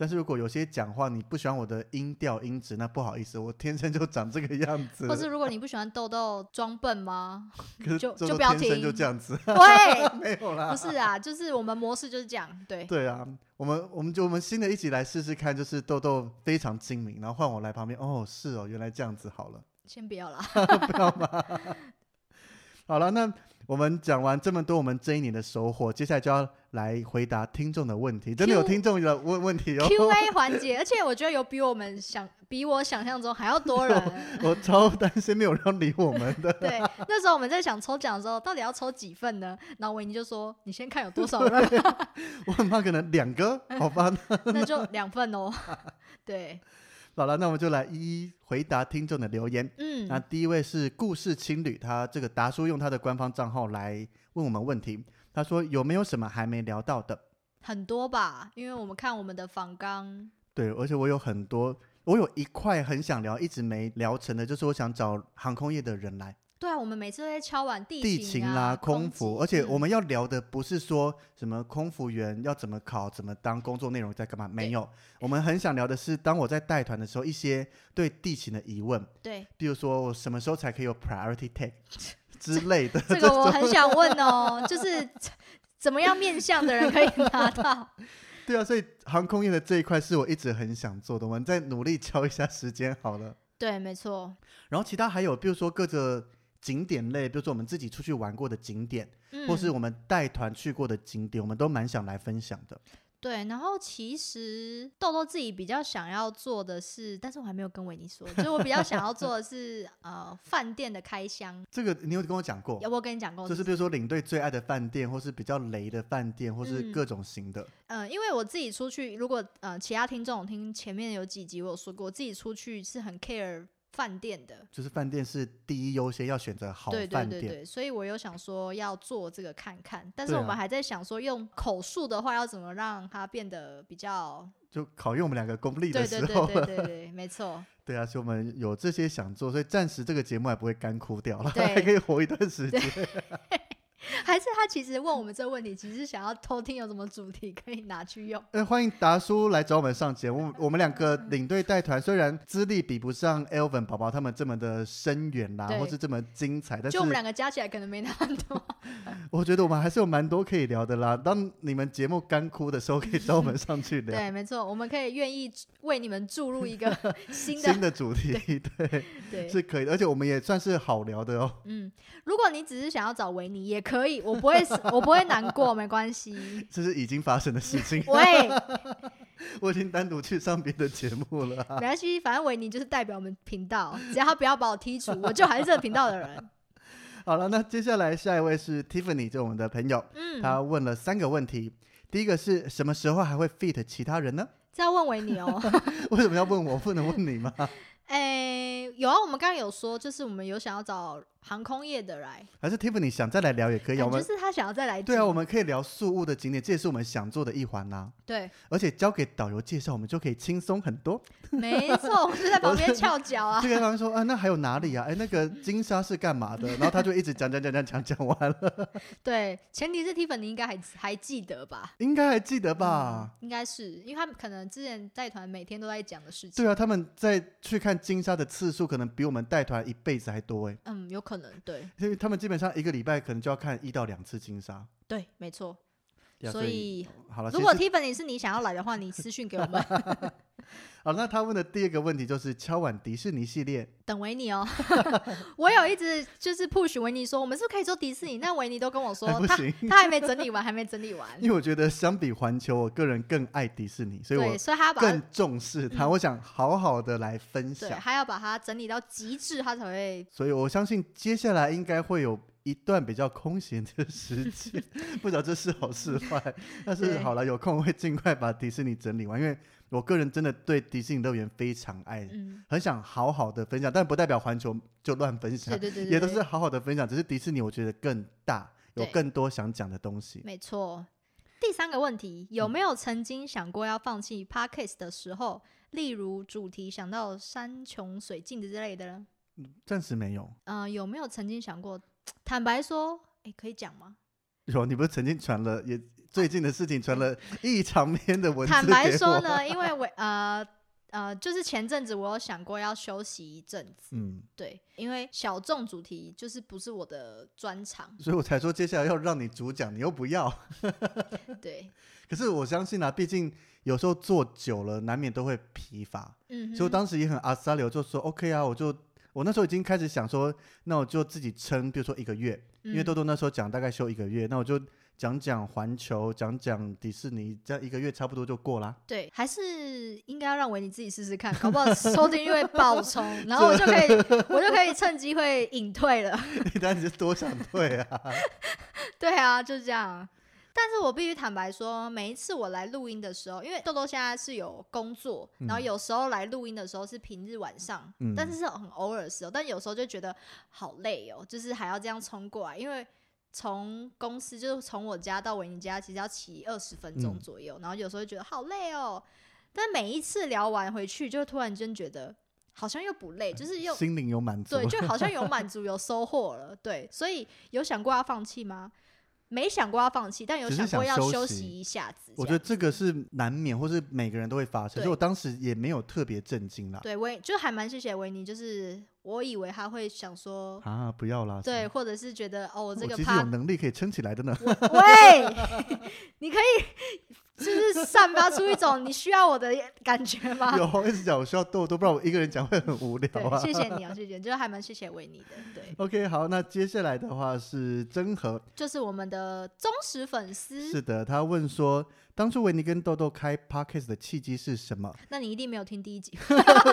[SPEAKER 2] 但是如果有些讲话你不喜欢我的音调音质，那不好意思，我天生就长这个样子
[SPEAKER 1] 或。是如果你不喜欢豆豆装笨吗？ [LAUGHS]
[SPEAKER 2] 可是
[SPEAKER 1] 就
[SPEAKER 2] 周
[SPEAKER 1] 就
[SPEAKER 2] 周
[SPEAKER 1] 不要
[SPEAKER 2] 天生
[SPEAKER 1] 听
[SPEAKER 2] 就这样
[SPEAKER 1] [LAUGHS]
[SPEAKER 2] 子，
[SPEAKER 1] 喂，
[SPEAKER 2] [LAUGHS] 没有啦。
[SPEAKER 1] 不是啊，就是我们模式就是这样，对，
[SPEAKER 2] 对啊，我们我们就我们新的一集来试试看，就是豆豆非常精明，然后换我来旁边，哦，是哦，原来这样子好了，
[SPEAKER 1] 先不要啦。
[SPEAKER 2] 不要吗？好了，那我们讲完这么多我们这一年的收获，接下来就要来回答听众的问题，真的有
[SPEAKER 1] Q-
[SPEAKER 2] 听众的问问题哦。
[SPEAKER 1] Q&A 环节，而且我觉得有比我们想比我想象中还要
[SPEAKER 2] [LAUGHS]
[SPEAKER 1] 多人。
[SPEAKER 2] [LAUGHS] 我超担心没有人要理我们的， [LAUGHS]
[SPEAKER 1] 对，那时候我们在想抽奖的时候，到底要抽几份呢？然后维尼就说：“你先看有多少人，
[SPEAKER 2] 我很怕可能两个，好吧？
[SPEAKER 1] [LAUGHS] 那就两份哦。”对，
[SPEAKER 2] 好了，那我们就来一一回答听众的留言。那
[SPEAKER 1] 嗯，
[SPEAKER 2] 第一位是故事青旅，他这个达叔用他的官方账号来问我们问题。他说有没有什么还没聊到的？
[SPEAKER 1] 很多吧，因为我们看我们的访纲，
[SPEAKER 2] 对，而且我有很多，我有一块很想聊，一直没聊成的，就是我想找航空业的人来，
[SPEAKER 1] 对啊，我们每次都在敲完地
[SPEAKER 2] 地
[SPEAKER 1] 勤
[SPEAKER 2] 勤
[SPEAKER 1] 啊、
[SPEAKER 2] 啦、空
[SPEAKER 1] 空
[SPEAKER 2] 服，
[SPEAKER 1] 姐
[SPEAKER 2] 而且我
[SPEAKER 1] 嗯
[SPEAKER 2] 们要聊的不是说什么空服员要怎么考、怎么当工作内容在干嘛，没
[SPEAKER 1] 对
[SPEAKER 2] 有，我们很想聊的是，当我在带团的时候，一些对地勤的疑问， [LAUGHS]
[SPEAKER 1] 对
[SPEAKER 2] 比如说我什么时候才可以有 priority
[SPEAKER 1] [LAUGHS]
[SPEAKER 2] tag 之类的，
[SPEAKER 1] 这个我很想问哦，就是怎么样面向的人可以拿到？ [LAUGHS]
[SPEAKER 2] 对啊，所以航空业的这一块是我一直很想做的，我们再努力敲一下时间好了。
[SPEAKER 1] 对，没错，
[SPEAKER 2] 然后其他还有，比如说各个景点类，比如说我们自己出去玩过的景点，
[SPEAKER 1] 嗯，
[SPEAKER 2] 或是我们带团去过的景点，我们都蛮想来分享的。
[SPEAKER 1] 对，然后其实豆豆自己比较想要做的是，但是我还没有跟维尼说，就是我比较想要做的是，呃，饭店的开箱，
[SPEAKER 2] 这个你有跟我讲过
[SPEAKER 1] 有，我跟你讲过
[SPEAKER 2] 就是是比如说领队最爱的饭店，或是比较雷的饭店，或是
[SPEAKER 1] 嗯
[SPEAKER 2] 各种型的。
[SPEAKER 1] 呃，因为我自己出去，如果呃其他听众有听前面有几集我有说过，我自己出去是很 care 饭店的，
[SPEAKER 2] 就是饭店是第一优先，要选择好
[SPEAKER 1] 对
[SPEAKER 2] 饭
[SPEAKER 1] 对
[SPEAKER 2] 店。
[SPEAKER 1] 对对，所以我有想说要做这个看看，但是
[SPEAKER 2] 对
[SPEAKER 1] 我们
[SPEAKER 2] 啊
[SPEAKER 1] 还在想说用口述的话要怎么让它变得比较，
[SPEAKER 2] 就考验我们两个功力
[SPEAKER 1] 对
[SPEAKER 2] 的
[SPEAKER 1] 对
[SPEAKER 2] 时
[SPEAKER 1] 对
[SPEAKER 2] 候
[SPEAKER 1] 对
[SPEAKER 2] 了。
[SPEAKER 1] 对对， [LAUGHS] 没错，
[SPEAKER 2] 对啊，所以我们有这些想做，所以暂时这个节目还不会干枯掉了，
[SPEAKER 1] 对
[SPEAKER 2] [LAUGHS] 还可以活一段时间。
[SPEAKER 1] 还是他其实问我们这个问题，其实想要偷听有什么主题可以拿去用。
[SPEAKER 2] 呃，欢迎达叔来找我们上节目。我们两个
[SPEAKER 1] 嗯
[SPEAKER 2] 领队带团，虽然资历比不上 Elvin 宝宝他们这么的深远啦，
[SPEAKER 1] 对
[SPEAKER 2] 或是这么精彩，但是
[SPEAKER 1] 就我们两个加起来可能没那么
[SPEAKER 2] [LAUGHS]
[SPEAKER 1] 多，
[SPEAKER 2] 我觉得我们还是有蛮多可以聊的啦。当你们节目干枯的时候，可以找我们上去聊
[SPEAKER 1] 对，没错，我们可以愿意为你们注入
[SPEAKER 2] [LAUGHS]
[SPEAKER 1] 一个新的
[SPEAKER 2] 新的主题， [LAUGHS] 对，
[SPEAKER 1] 对，
[SPEAKER 2] 是可以的。而且我们也算是好聊的哦。
[SPEAKER 1] 嗯，如果你只是想要找维尼也可以，我不会我不会难 [LAUGHS] 过，没关系。，
[SPEAKER 2] 这是已经发生的事情
[SPEAKER 1] 喂，
[SPEAKER 2] [LAUGHS] 我已经单独去上别的节目了 [LAUGHS] 啊、
[SPEAKER 1] 没关系，反正维尼就是代表我们频道，只要他不要把我剔除，我就还是这个频道的人。
[SPEAKER 2] 好了，那接下来下一位是 Tiffany，就是我们的朋友，
[SPEAKER 1] 嗯，
[SPEAKER 2] 他问了三个问题。第一个是什么时候还会 fit 其他人呢？
[SPEAKER 1] 这要问维尼哦。 [LAUGHS]
[SPEAKER 2] [LAUGHS] 为什么要问我？不能问你吗？
[SPEAKER 1] 哎、有啊，我们刚刚有说，就是我们有想要找航空业的来，
[SPEAKER 2] 还是 Tiffany 想再来聊也可以啊？
[SPEAKER 1] 感
[SPEAKER 2] 我
[SPEAKER 1] 觉
[SPEAKER 2] 们
[SPEAKER 1] 是他想要再来一
[SPEAKER 2] 对啊，
[SPEAKER 1] 集
[SPEAKER 2] 我们可以聊宿务的景点，这也是我们想做的一环啦、
[SPEAKER 1] 对，
[SPEAKER 2] 而且交给导游介绍，我们就可以轻松很多。
[SPEAKER 1] 没
[SPEAKER 2] [LAUGHS]
[SPEAKER 1] 错，我就在旁边翘脚 [LAUGHS] 啊。
[SPEAKER 2] 就跟他们说啊，那还有哪里啊？哎，那个金沙是干嘛的？然后他就一直讲讲讲讲讲讲
[SPEAKER 1] [LAUGHS]
[SPEAKER 2] 完了，
[SPEAKER 1] 对，前提是 Tiffany 应该还还记得吧？
[SPEAKER 2] 应该还记得吧？
[SPEAKER 1] 嗯应该是，因为他们可能之前带团每天都在讲的事情。
[SPEAKER 2] 对啊，他们在去看金沙的次数可能比我们带团一辈子还多哎，
[SPEAKER 1] 嗯，有可能，对
[SPEAKER 2] 因为他们基本上一个礼拜可能就要看一到两次金沙。
[SPEAKER 1] 对，没错。
[SPEAKER 2] 对啊
[SPEAKER 1] 所以，
[SPEAKER 2] 好了，
[SPEAKER 1] 如
[SPEAKER 2] 其
[SPEAKER 1] 果
[SPEAKER 2] 实
[SPEAKER 1] Tiffany 是你想要来的话，你私讯给我们， [LAUGHS]
[SPEAKER 2] 好，啊那他问的第二个问题就是敲碗迪士尼系列，
[SPEAKER 1] 等维尼哦。 [LAUGHS] 我有一直就是 push 维尼说，我们是不是可以做迪士尼？但维尼都跟我说
[SPEAKER 2] 哎还不
[SPEAKER 1] 他
[SPEAKER 2] 行。
[SPEAKER 1] 他还没整理完，还没整理完。
[SPEAKER 2] 因为我觉得相比环球，我个人更爱迪士尼，所以
[SPEAKER 1] 对，
[SPEAKER 2] 我
[SPEAKER 1] 所以他要把它
[SPEAKER 2] 更重视它。我想好好的来分
[SPEAKER 1] 对，
[SPEAKER 2] 享，
[SPEAKER 1] 他要把它整理到极致，他才会
[SPEAKER 2] 所以我相信接下来应该会有一段比较空闲的时
[SPEAKER 1] [LAUGHS]
[SPEAKER 2] 间，不知道这是好是坏。但是
[SPEAKER 1] 对
[SPEAKER 2] 好了，有空会尽快把迪士尼整理完，因为我个人真的对迪士尼乐园非常爱，
[SPEAKER 1] 嗯，
[SPEAKER 2] 很想好好的分享，但不代表环球就乱分享
[SPEAKER 1] 嗯对，对对对，
[SPEAKER 2] 也都是
[SPEAKER 1] 对
[SPEAKER 2] 好好的分享，只是迪士尼我觉得更大，有
[SPEAKER 1] 对
[SPEAKER 2] 更多想讲的东西。
[SPEAKER 1] 没错。第三个问题，有
[SPEAKER 2] 嗯
[SPEAKER 1] 没有曾经想过要放弃 podcast 的时候，例如主题想到山穷水尽之类的呢？
[SPEAKER 2] 暂时没有。
[SPEAKER 1] 呃，有没有曾经想过？坦白说，哎，可以讲吗？
[SPEAKER 2] 有，你不是曾经传了也最近的事情传了一长篇的文字
[SPEAKER 1] 坦白
[SPEAKER 2] 给我
[SPEAKER 1] 说，
[SPEAKER 2] [LAUGHS]
[SPEAKER 1] 呢，因为我呃呃，就是前阵子我有想过要休息一阵子，
[SPEAKER 2] 嗯，，
[SPEAKER 1] 对，因为小众主题就是不是我的专长
[SPEAKER 2] 所以我才说接下来要让你主讲，你又不要。
[SPEAKER 1] 对，
[SPEAKER 2] 可是我相信啊，毕竟有时候做久了难免都会疲乏，
[SPEAKER 1] 嗯哼，
[SPEAKER 2] 所以我当时也很阿萨流，就说 OK 啊，我就我那时候已经开始想说，那我就自己撑，比如说一个月，因为
[SPEAKER 1] 嗯
[SPEAKER 2] 豆豆那时候讲大概休一个月，那我就讲讲环球，讲讲迪士尼，这样一个月差不多就过啦。 [LAUGHS]
[SPEAKER 1] 对，还是应该要让维尼自己试试看，搞不好收听率会爆冲，然后我就可以，我就可以趁机会隐退了。 [LAUGHS]
[SPEAKER 2] 你当时多想退啊，
[SPEAKER 1] 对啊，就这样。但是我必须坦白说，每一次我来录音的时候，因为豆豆现在是有工作，然后
[SPEAKER 2] 嗯
[SPEAKER 1] 有时候来录音的时候是平日晚上，
[SPEAKER 2] 嗯
[SPEAKER 1] 但是是很偶尔的时候，但有时候就觉得好累哦，就是还要这样冲过来，因为从公司就是从我家到维尼家，其实要骑二十分钟
[SPEAKER 2] 嗯
[SPEAKER 1] 左右，然后有时候就觉得好累哦，但每一次聊完回去，就突然间觉得好像又不累，就是
[SPEAKER 2] [LAUGHS]
[SPEAKER 1] 又
[SPEAKER 2] 心灵有满足
[SPEAKER 1] 对，。就好像有满足，有收获了。对，所以有想过要放弃吗？没想过要放弃，但有
[SPEAKER 2] 只是
[SPEAKER 1] 想过
[SPEAKER 2] 想
[SPEAKER 1] 要
[SPEAKER 2] 休
[SPEAKER 1] 休
[SPEAKER 2] 息
[SPEAKER 1] 息一下子这样。
[SPEAKER 2] 我觉得这个是难免，或是每个人都会发生，所以
[SPEAKER 1] 对
[SPEAKER 2] 我当时也没有特别震惊啦。
[SPEAKER 1] 对维就还蛮谢谢维尼，就是我以为他会想说，
[SPEAKER 2] 啊，不要啦！
[SPEAKER 1] 对，或者是觉得哦，我这个
[SPEAKER 2] 其实有
[SPEAKER 1] 趴，
[SPEAKER 2] 能力可以撑起来
[SPEAKER 1] [LAUGHS]
[SPEAKER 2] 的呢。
[SPEAKER 1] 喂， [LAUGHS] 你可以就是散发出一种你需要我的感觉吗？
[SPEAKER 2] [LAUGHS] 有一直讲我需要豆豆，不然我一个人讲会很无聊
[SPEAKER 1] 对，
[SPEAKER 2] 啊。
[SPEAKER 1] 谢谢你啊，谢谢，就是还蛮谢谢维尼的，对，
[SPEAKER 2] [LAUGHS] OK，好，那接下来的话是真和，
[SPEAKER 1] 就是我们的忠实粉
[SPEAKER 2] 是
[SPEAKER 1] 丝，
[SPEAKER 2] 的，他问说，当初维尼跟豆豆开 Podcast 的契机是什么？ [LAUGHS]
[SPEAKER 1] 那你一定没有听第一集，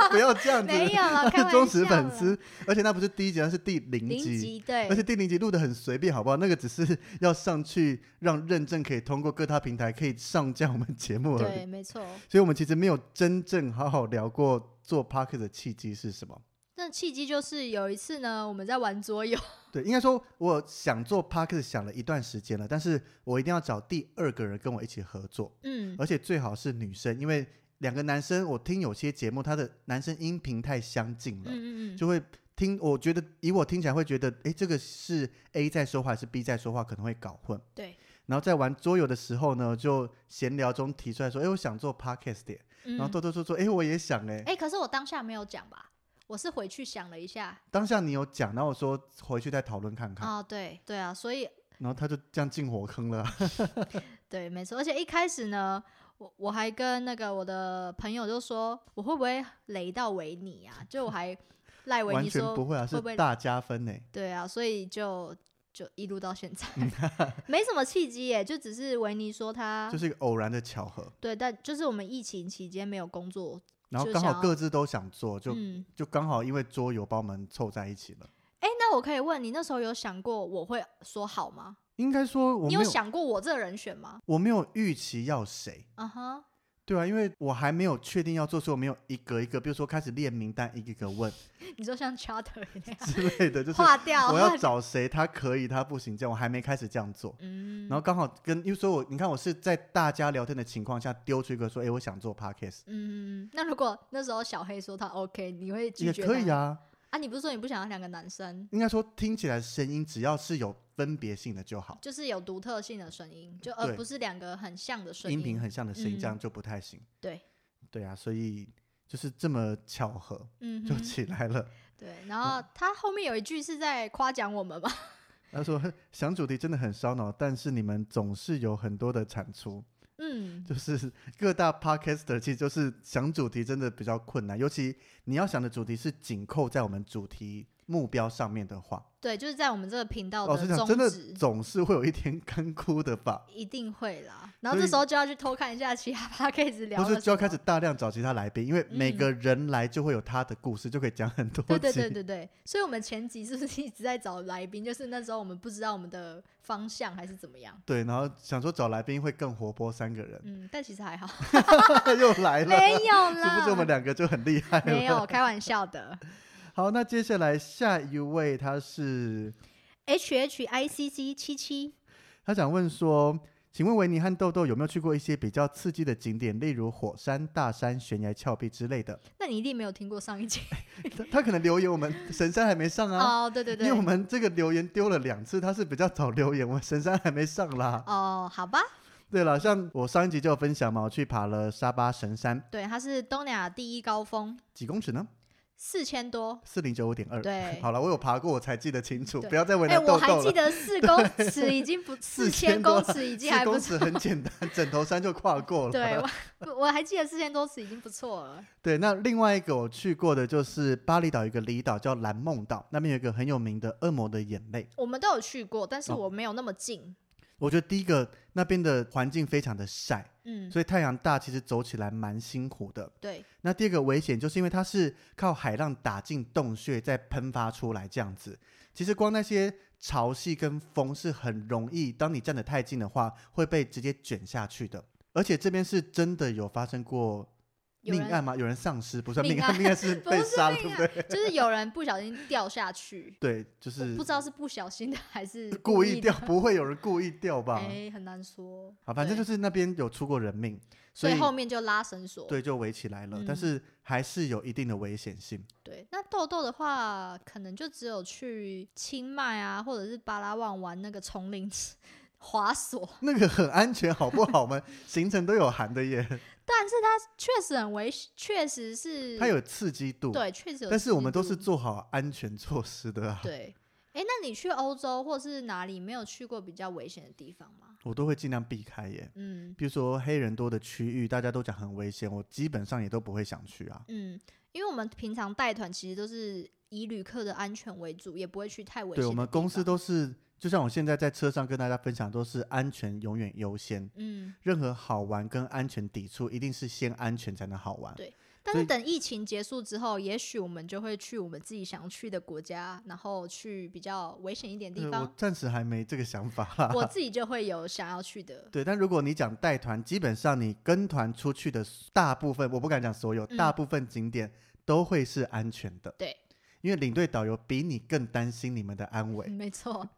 [SPEAKER 2] 不要这样子，
[SPEAKER 1] [LAUGHS] 没有了，
[SPEAKER 2] 他是
[SPEAKER 1] 开玩笑
[SPEAKER 2] 忠
[SPEAKER 1] 啦，
[SPEAKER 2] 实粉丝，而且那不是第一集，那是第零
[SPEAKER 1] 零
[SPEAKER 2] 集。
[SPEAKER 1] 级对，
[SPEAKER 2] 而且第零集录的很随便，好不好？那个只是要上去让认证可以通过各大平台可以上架我们节目而已
[SPEAKER 1] 对，，没错。
[SPEAKER 2] 所以我们其实没有真正好好聊过做 Podcast 的契机是什么。
[SPEAKER 1] 那契机就是有一次呢，我们在玩桌游，
[SPEAKER 2] 对，应该说我想做 podcast 想了一段时间了，但是我一定要找第二个人跟我一起合作， [LAUGHS]
[SPEAKER 1] 嗯，
[SPEAKER 2] 而且最好是女生，因为两个男生，我听有些节目他的男生音频太相近了，
[SPEAKER 1] 嗯嗯嗯，
[SPEAKER 2] 就会听，我觉得以我听起来会觉得，诶，这个是 A 在说话还是 B 在说话，可能会搞混。
[SPEAKER 1] 对，
[SPEAKER 2] 然后在玩桌游的时候呢，就闲聊中提出来说，诶，我想做 podcast 点，
[SPEAKER 1] 嗯
[SPEAKER 2] 然后豆豆说说，诶，我也想诶。
[SPEAKER 1] [LAUGHS] 哎、可是我当下没有讲吧，我是回去想了一下，
[SPEAKER 2] 当下你有讲，然后我说回去再讨论看看，
[SPEAKER 1] 哦，对对啊，所以
[SPEAKER 2] 然后他就这样进火坑
[SPEAKER 1] [LAUGHS]
[SPEAKER 2] 了啊。
[SPEAKER 1] 对，没错，而且一开始呢。我我还跟那个我的朋友就说，我会不会雷到维尼啊？就我还赖维
[SPEAKER 2] 完
[SPEAKER 1] 尼
[SPEAKER 2] 全
[SPEAKER 1] 说
[SPEAKER 2] 不会啊，是
[SPEAKER 1] 会不会
[SPEAKER 2] 大加分呢、
[SPEAKER 1] 对啊，所以就就一路到现在， [LAUGHS] 没什么契机耶，就只是维尼说他、
[SPEAKER 2] 嗯就是一个偶然的巧合。
[SPEAKER 1] 对，但就是我们疫情期间没有工作，
[SPEAKER 2] 然后
[SPEAKER 1] 就
[SPEAKER 2] 刚好
[SPEAKER 1] 想要
[SPEAKER 2] 各自都想做，就、
[SPEAKER 1] 嗯，
[SPEAKER 2] 就刚好因为桌游把我们凑在一起了。
[SPEAKER 1] 哎、那我可以问你，那时候有想过我会说好吗？
[SPEAKER 2] 应该说我
[SPEAKER 1] 你
[SPEAKER 2] 没
[SPEAKER 1] 有
[SPEAKER 2] 有
[SPEAKER 1] 想过我这个人选吗？
[SPEAKER 2] 我没有预期要谁，
[SPEAKER 1] 嗯哼，
[SPEAKER 2] 对啊，因为我还没有确定要做，所以我没有一个一个，比如说开始列名单，一个一个问
[SPEAKER 1] 你说像 Charter 那样
[SPEAKER 2] 之类
[SPEAKER 1] [LAUGHS]
[SPEAKER 2] 的，就是
[SPEAKER 1] 划掉，
[SPEAKER 2] 我
[SPEAKER 1] 划
[SPEAKER 2] 要
[SPEAKER 1] 掉
[SPEAKER 2] 找谁，他可以，他不行，这样我还没开始这样做。
[SPEAKER 1] 嗯，
[SPEAKER 2] 然后刚好跟，因为说我你看我是在大家聊天的情况下丢出一个说，哎，我想做 podcast，
[SPEAKER 1] 嗯，那如果那时候小黑说他 OK，你会拒
[SPEAKER 2] 也
[SPEAKER 1] 绝？
[SPEAKER 2] 可以
[SPEAKER 1] 啊。
[SPEAKER 2] 啊。
[SPEAKER 1] 啊，你不是说你不想要两个男生，
[SPEAKER 2] 应该说听起来声音只要是有分别性的就好。
[SPEAKER 1] 就是有独特性的声音，就而
[SPEAKER 2] 对
[SPEAKER 1] 不是两个很像的声
[SPEAKER 2] 音频很像的声音，这
[SPEAKER 1] 嗯
[SPEAKER 2] 样就不太行。
[SPEAKER 1] 对，
[SPEAKER 2] 对啊，所以就是这么巧合 [LAUGHS]
[SPEAKER 1] 嗯
[SPEAKER 2] 就
[SPEAKER 1] 哼，
[SPEAKER 2] 起来了。
[SPEAKER 1] 对。然后他后面有一句是在夸奖我们吧？
[SPEAKER 2] 他说 [LAUGHS] 想主题真的很烧脑，但是你们总是有很多的产出，
[SPEAKER 1] [LAUGHS] 嗯，
[SPEAKER 2] 就是 [LAUGHS] 各大 podcaster 其实就是想主题真的比较困难，尤其你要想的主题是紧扣在我们主题目标上面的话，
[SPEAKER 1] 对，就是在我们这个频道
[SPEAKER 2] 老实讲，
[SPEAKER 1] 宗
[SPEAKER 2] 真的
[SPEAKER 1] 旨。
[SPEAKER 2] 总是会有一天 [LAUGHS] 干枯的吧。
[SPEAKER 1] 一定会啦，然后
[SPEAKER 2] 所
[SPEAKER 1] 这
[SPEAKER 2] 以
[SPEAKER 1] 时候就要去偷看一下其他 [LAUGHS] p o d c a s 聊
[SPEAKER 2] 或
[SPEAKER 1] 了
[SPEAKER 2] 是就要
[SPEAKER 1] 什
[SPEAKER 2] 开
[SPEAKER 1] 么
[SPEAKER 2] 始大量找其他来宾，因为每
[SPEAKER 1] 嗯
[SPEAKER 2] 个人来就会有他的故事，就可以讲很多集。
[SPEAKER 1] 对对对对对，所以我们前集是不是一直在找来宾？就是那时候我们不知道我们的方向还是怎么样。
[SPEAKER 2] 对，然后想说找来宾会更活泼，三个
[SPEAKER 1] [LAUGHS]
[SPEAKER 2] 人
[SPEAKER 1] 嗯，但其实还好，
[SPEAKER 2] 又来了，
[SPEAKER 1] 没有
[SPEAKER 2] 是哎不
[SPEAKER 1] 啦，
[SPEAKER 2] 是我们两个就很厉害
[SPEAKER 1] 没
[SPEAKER 2] 了？
[SPEAKER 1] 有开玩笑的。
[SPEAKER 2] 好，那接下来下一位他是
[SPEAKER 1] H H I C C 七七，
[SPEAKER 2] 他想问说，请问维尼和豆豆有没有去过一些比较刺激的景点，例如火山、大山、悬崖峭壁之类的？
[SPEAKER 1] 那你一定没有听过上一集
[SPEAKER 2] 他他可能留言我们神山还没上啊，
[SPEAKER 1] 哦，对对
[SPEAKER 2] 因
[SPEAKER 1] 对
[SPEAKER 2] 为我，们这个留言丢了两次，他是比较早留言，我们神山还没上啦。 [LAUGHS]
[SPEAKER 1] 哦，好吧，
[SPEAKER 2] 对了，像我上一集就有分享嘛，我去爬了沙巴神山，
[SPEAKER 1] 对，它是东南亚第一高峰，
[SPEAKER 2] 几公尺呢？
[SPEAKER 1] 四千多。
[SPEAKER 2] 四零九五点二。
[SPEAKER 1] 对
[SPEAKER 2] [LAUGHS] 好了，我有爬过，我才记得清楚，
[SPEAKER 1] 对
[SPEAKER 2] 不要再为
[SPEAKER 1] 哎，
[SPEAKER 2] 难
[SPEAKER 1] 我
[SPEAKER 2] 豆
[SPEAKER 1] 还
[SPEAKER 2] 豆
[SPEAKER 1] 记
[SPEAKER 2] 了。
[SPEAKER 1] 得四公尺已
[SPEAKER 2] [LAUGHS]
[SPEAKER 1] 经不四千
[SPEAKER 2] 4000
[SPEAKER 1] 公
[SPEAKER 2] 多
[SPEAKER 1] 尺已经
[SPEAKER 2] 四
[SPEAKER 1] 还不
[SPEAKER 2] 公
[SPEAKER 1] 错，
[SPEAKER 2] 尺很简单， [LAUGHS] 枕头山就跨过了。
[SPEAKER 1] 对我我还记得四千多尺已经不错了。
[SPEAKER 2] 对，那另外一个我去过的就是巴厘岛有一个离岛叫蓝梦岛，那边有一个很有名的《恶魔的眼泪》。
[SPEAKER 1] 我们都有去过，但是
[SPEAKER 2] 哦
[SPEAKER 1] 我没有那么近。
[SPEAKER 2] 我觉得第一个那边的环境非常的晒，
[SPEAKER 1] 嗯，
[SPEAKER 2] 所以太阳大，其实走起来蛮辛苦的。
[SPEAKER 1] 对，
[SPEAKER 2] 那第二个危险就是因为它是靠海浪打进洞穴再喷发出来这样子，其实光那些潮汐跟风是很容易，当你站得太近的话，会被直接卷下去的。而且这边是真的有发生过
[SPEAKER 1] 有
[SPEAKER 2] 命
[SPEAKER 1] 人
[SPEAKER 2] 案吗？有人丧尸不算命
[SPEAKER 1] 命
[SPEAKER 2] 案，
[SPEAKER 1] 案
[SPEAKER 2] 命案是
[SPEAKER 1] 啊 [LAUGHS] 不
[SPEAKER 2] 被
[SPEAKER 1] 是
[SPEAKER 2] 杀了，
[SPEAKER 1] 命
[SPEAKER 2] 对不对？，
[SPEAKER 1] 就是有人不小心掉下去 [LAUGHS]
[SPEAKER 2] 对，就 [LAUGHS]
[SPEAKER 1] 我
[SPEAKER 2] 是
[SPEAKER 1] 不知道是不小心的还是
[SPEAKER 2] [LAUGHS] 故意
[SPEAKER 1] 意
[SPEAKER 2] 掉
[SPEAKER 1] 的，，
[SPEAKER 2] 不会有人故意
[SPEAKER 1] [LAUGHS]
[SPEAKER 2] 掉吧？
[SPEAKER 1] 哎，很难说。
[SPEAKER 2] 好，反正
[SPEAKER 1] 对
[SPEAKER 2] 就是那边有出过人命，
[SPEAKER 1] 所
[SPEAKER 2] 以
[SPEAKER 1] 以后面就拉绳索。
[SPEAKER 2] 对就围起来了，但
[SPEAKER 1] 嗯
[SPEAKER 2] 是还是有一定的危险性。
[SPEAKER 1] 对，那豆豆的话，可能就只有去清迈啊，或者是巴拉望玩那个丛林 [LAUGHS] 滑索，
[SPEAKER 2] 那个很安全，好不好？我
[SPEAKER 1] [LAUGHS]
[SPEAKER 2] 们行程都有含的耶，
[SPEAKER 1] 但是它确实很危险，确实是
[SPEAKER 2] 它有刺激度，
[SPEAKER 1] 对，确实有。
[SPEAKER 2] 但是我们都是做好安全措施的啊，
[SPEAKER 1] 对。哎，那你去欧洲或是哪里没有去过比较危险的地方吗？
[SPEAKER 2] 我都会尽量避开耶。
[SPEAKER 1] 嗯
[SPEAKER 2] 比如说黑人多的区域，大家都讲很危险，我基本上也都不会想去啊。
[SPEAKER 1] 嗯，因为我们平常带团其实都是以旅客的安全为主，也不会去太危险的地
[SPEAKER 2] 对
[SPEAKER 1] 方。
[SPEAKER 2] 我们公司都是，就像我现在在车上跟大家分享，都是安全永远优先，
[SPEAKER 1] 嗯，
[SPEAKER 2] 任何好玩跟安全抵触，一定是先安全才能好玩。
[SPEAKER 1] 对但
[SPEAKER 2] 所
[SPEAKER 1] 是
[SPEAKER 2] 以
[SPEAKER 1] 等疫情结束之后，也许我们就会去我们自己想去的国家，然后去比较危险一点的地
[SPEAKER 2] 呃
[SPEAKER 1] 方
[SPEAKER 2] 我。暂时还没这个想法啦。 [LAUGHS]
[SPEAKER 1] 我自己就会有想要去的。
[SPEAKER 2] 对，但如果你讲带团，基本上你跟团出去的大部分，我不敢讲所有，
[SPEAKER 1] 嗯
[SPEAKER 2] 大部分景点都会是安全的。
[SPEAKER 1] 对，
[SPEAKER 2] 因为领队导游比你更担心你们的安危。
[SPEAKER 1] 嗯没错，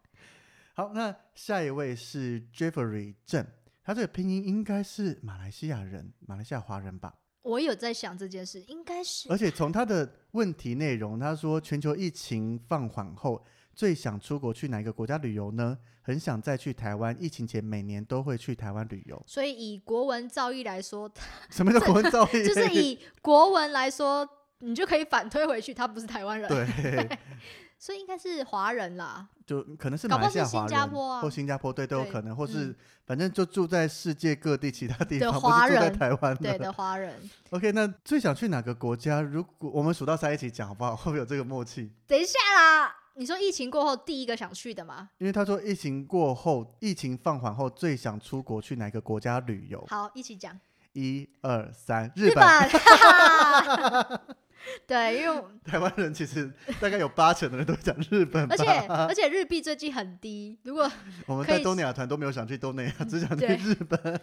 [SPEAKER 2] 好，那下一位是 Jeffrey 郑，他这个拼音应该是马来西亚人，马来西亚华人吧？
[SPEAKER 1] 我有在想这件事，应该是
[SPEAKER 2] 而且从他的问题内容，他说全球疫情放缓后，最想出国去哪一个国家旅游呢？很想再去台湾，疫情前每年都会去台湾旅
[SPEAKER 1] [LAUGHS]
[SPEAKER 2] 游。
[SPEAKER 1] 所以以国文造诣
[SPEAKER 2] [LAUGHS]
[SPEAKER 1] 来说，
[SPEAKER 2] 什么叫国文造诣？
[SPEAKER 1] 就是以国文来说，你就可以反推回去，他不是台湾人，
[SPEAKER 2] [LAUGHS] 对，
[SPEAKER 1] 所以应该是华人啦。
[SPEAKER 2] 就可能是
[SPEAKER 1] 搞
[SPEAKER 2] 马
[SPEAKER 1] 不
[SPEAKER 2] 来
[SPEAKER 1] 好
[SPEAKER 2] 西亚
[SPEAKER 1] 是
[SPEAKER 2] 华
[SPEAKER 1] 新加
[SPEAKER 2] 人
[SPEAKER 1] 坡啊
[SPEAKER 2] 或新加坡，对，都有
[SPEAKER 1] 对
[SPEAKER 2] 可能，或是、
[SPEAKER 1] 嗯
[SPEAKER 2] 反正就住在世界各地其他地
[SPEAKER 1] 的
[SPEAKER 2] 方，不
[SPEAKER 1] 华
[SPEAKER 2] 是住在
[SPEAKER 1] 人
[SPEAKER 2] 台湾
[SPEAKER 1] 对
[SPEAKER 2] 的。 [LAUGHS]
[SPEAKER 1] 的，华人。
[SPEAKER 2] OK，那最想去哪个国家？如果我们数到三一起讲好不好？会不会有这个默契？
[SPEAKER 1] 等一下啦，你说疫情过后第一个想去的吗？
[SPEAKER 2] 因为他说疫情过后，疫情放缓后，最想出国去哪个国家旅游？
[SPEAKER 1] 好，一起讲
[SPEAKER 2] 一二三，
[SPEAKER 1] 日
[SPEAKER 2] 哦本。
[SPEAKER 1] 哈哈 [LAUGHS] 对，因为我
[SPEAKER 2] 台湾人其实大概有八成的人都会讲日本吧 [LAUGHS]
[SPEAKER 1] 而且而且日币最近很低，如果 [LAUGHS]
[SPEAKER 2] 我们
[SPEAKER 1] 可
[SPEAKER 2] 在
[SPEAKER 1] 以
[SPEAKER 2] 东南亚团都没有想去东南亚，只想去嗯
[SPEAKER 1] 对
[SPEAKER 2] 日本。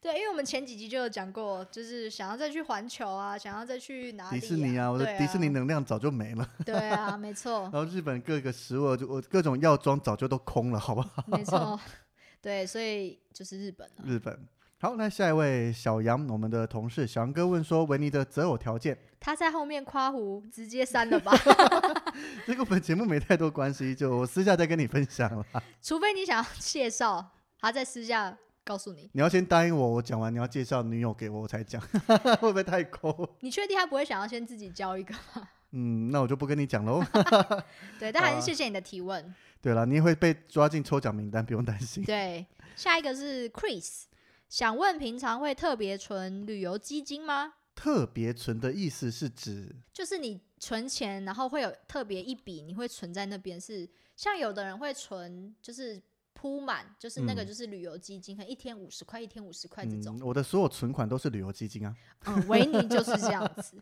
[SPEAKER 1] 对，因为我们前几集就有讲过，就是想要再去环球啊，想要再去哪里、
[SPEAKER 2] 迪士尼啊，我哦
[SPEAKER 1] 对
[SPEAKER 2] 的迪士尼
[SPEAKER 1] 啊
[SPEAKER 2] 能量早就没了。
[SPEAKER 1] [LAUGHS] 对啊，没错
[SPEAKER 2] [LAUGHS] 然，后日本各个食物，就我各种药妆早就都空了，好不好？
[SPEAKER 1] 没错，对，所以就是日本了。
[SPEAKER 2] 日本。好，那下一位小杨，我们的同事小杨哥问说，维尼的择偶条件，
[SPEAKER 1] 他在后面夸胡，直接
[SPEAKER 2] [LAUGHS]
[SPEAKER 1] 删了吧，
[SPEAKER 2] 这跟我们节目没太多关系，就我私下再跟你分享了。 [LAUGHS]
[SPEAKER 1] 除非你想要介绍，他在私下告诉你。
[SPEAKER 2] 你要先答应我，我讲完你要介绍女友给我，我才讲， [LAUGHS] 会不会太抠？
[SPEAKER 1] 你确定他不会想要先自己
[SPEAKER 2] [LAUGHS]
[SPEAKER 1] 交一个？
[SPEAKER 2] 嗯，那我就不跟你讲喽。
[SPEAKER 1] 对，但还
[SPEAKER 2] 啊
[SPEAKER 1] 是谢谢你的提问。
[SPEAKER 2] 对了，你也会被抓进抽奖名单，不用担心。 [LAUGHS]
[SPEAKER 1] 对，下一个是 Chris，想问平常会特别存旅游基金吗？
[SPEAKER 2] 特别存的意思是指，
[SPEAKER 1] 就是你存钱，然后会有特别一笔，你会存在那边是像有的人会存，就是铺满，就是那个
[SPEAKER 2] 嗯
[SPEAKER 1] 就是旅游基金，可能一天五十块，一天五十块这种
[SPEAKER 2] 嗯。，我的所有存款都是旅游基金啊。
[SPEAKER 1] 嗯，维尼就是这样子。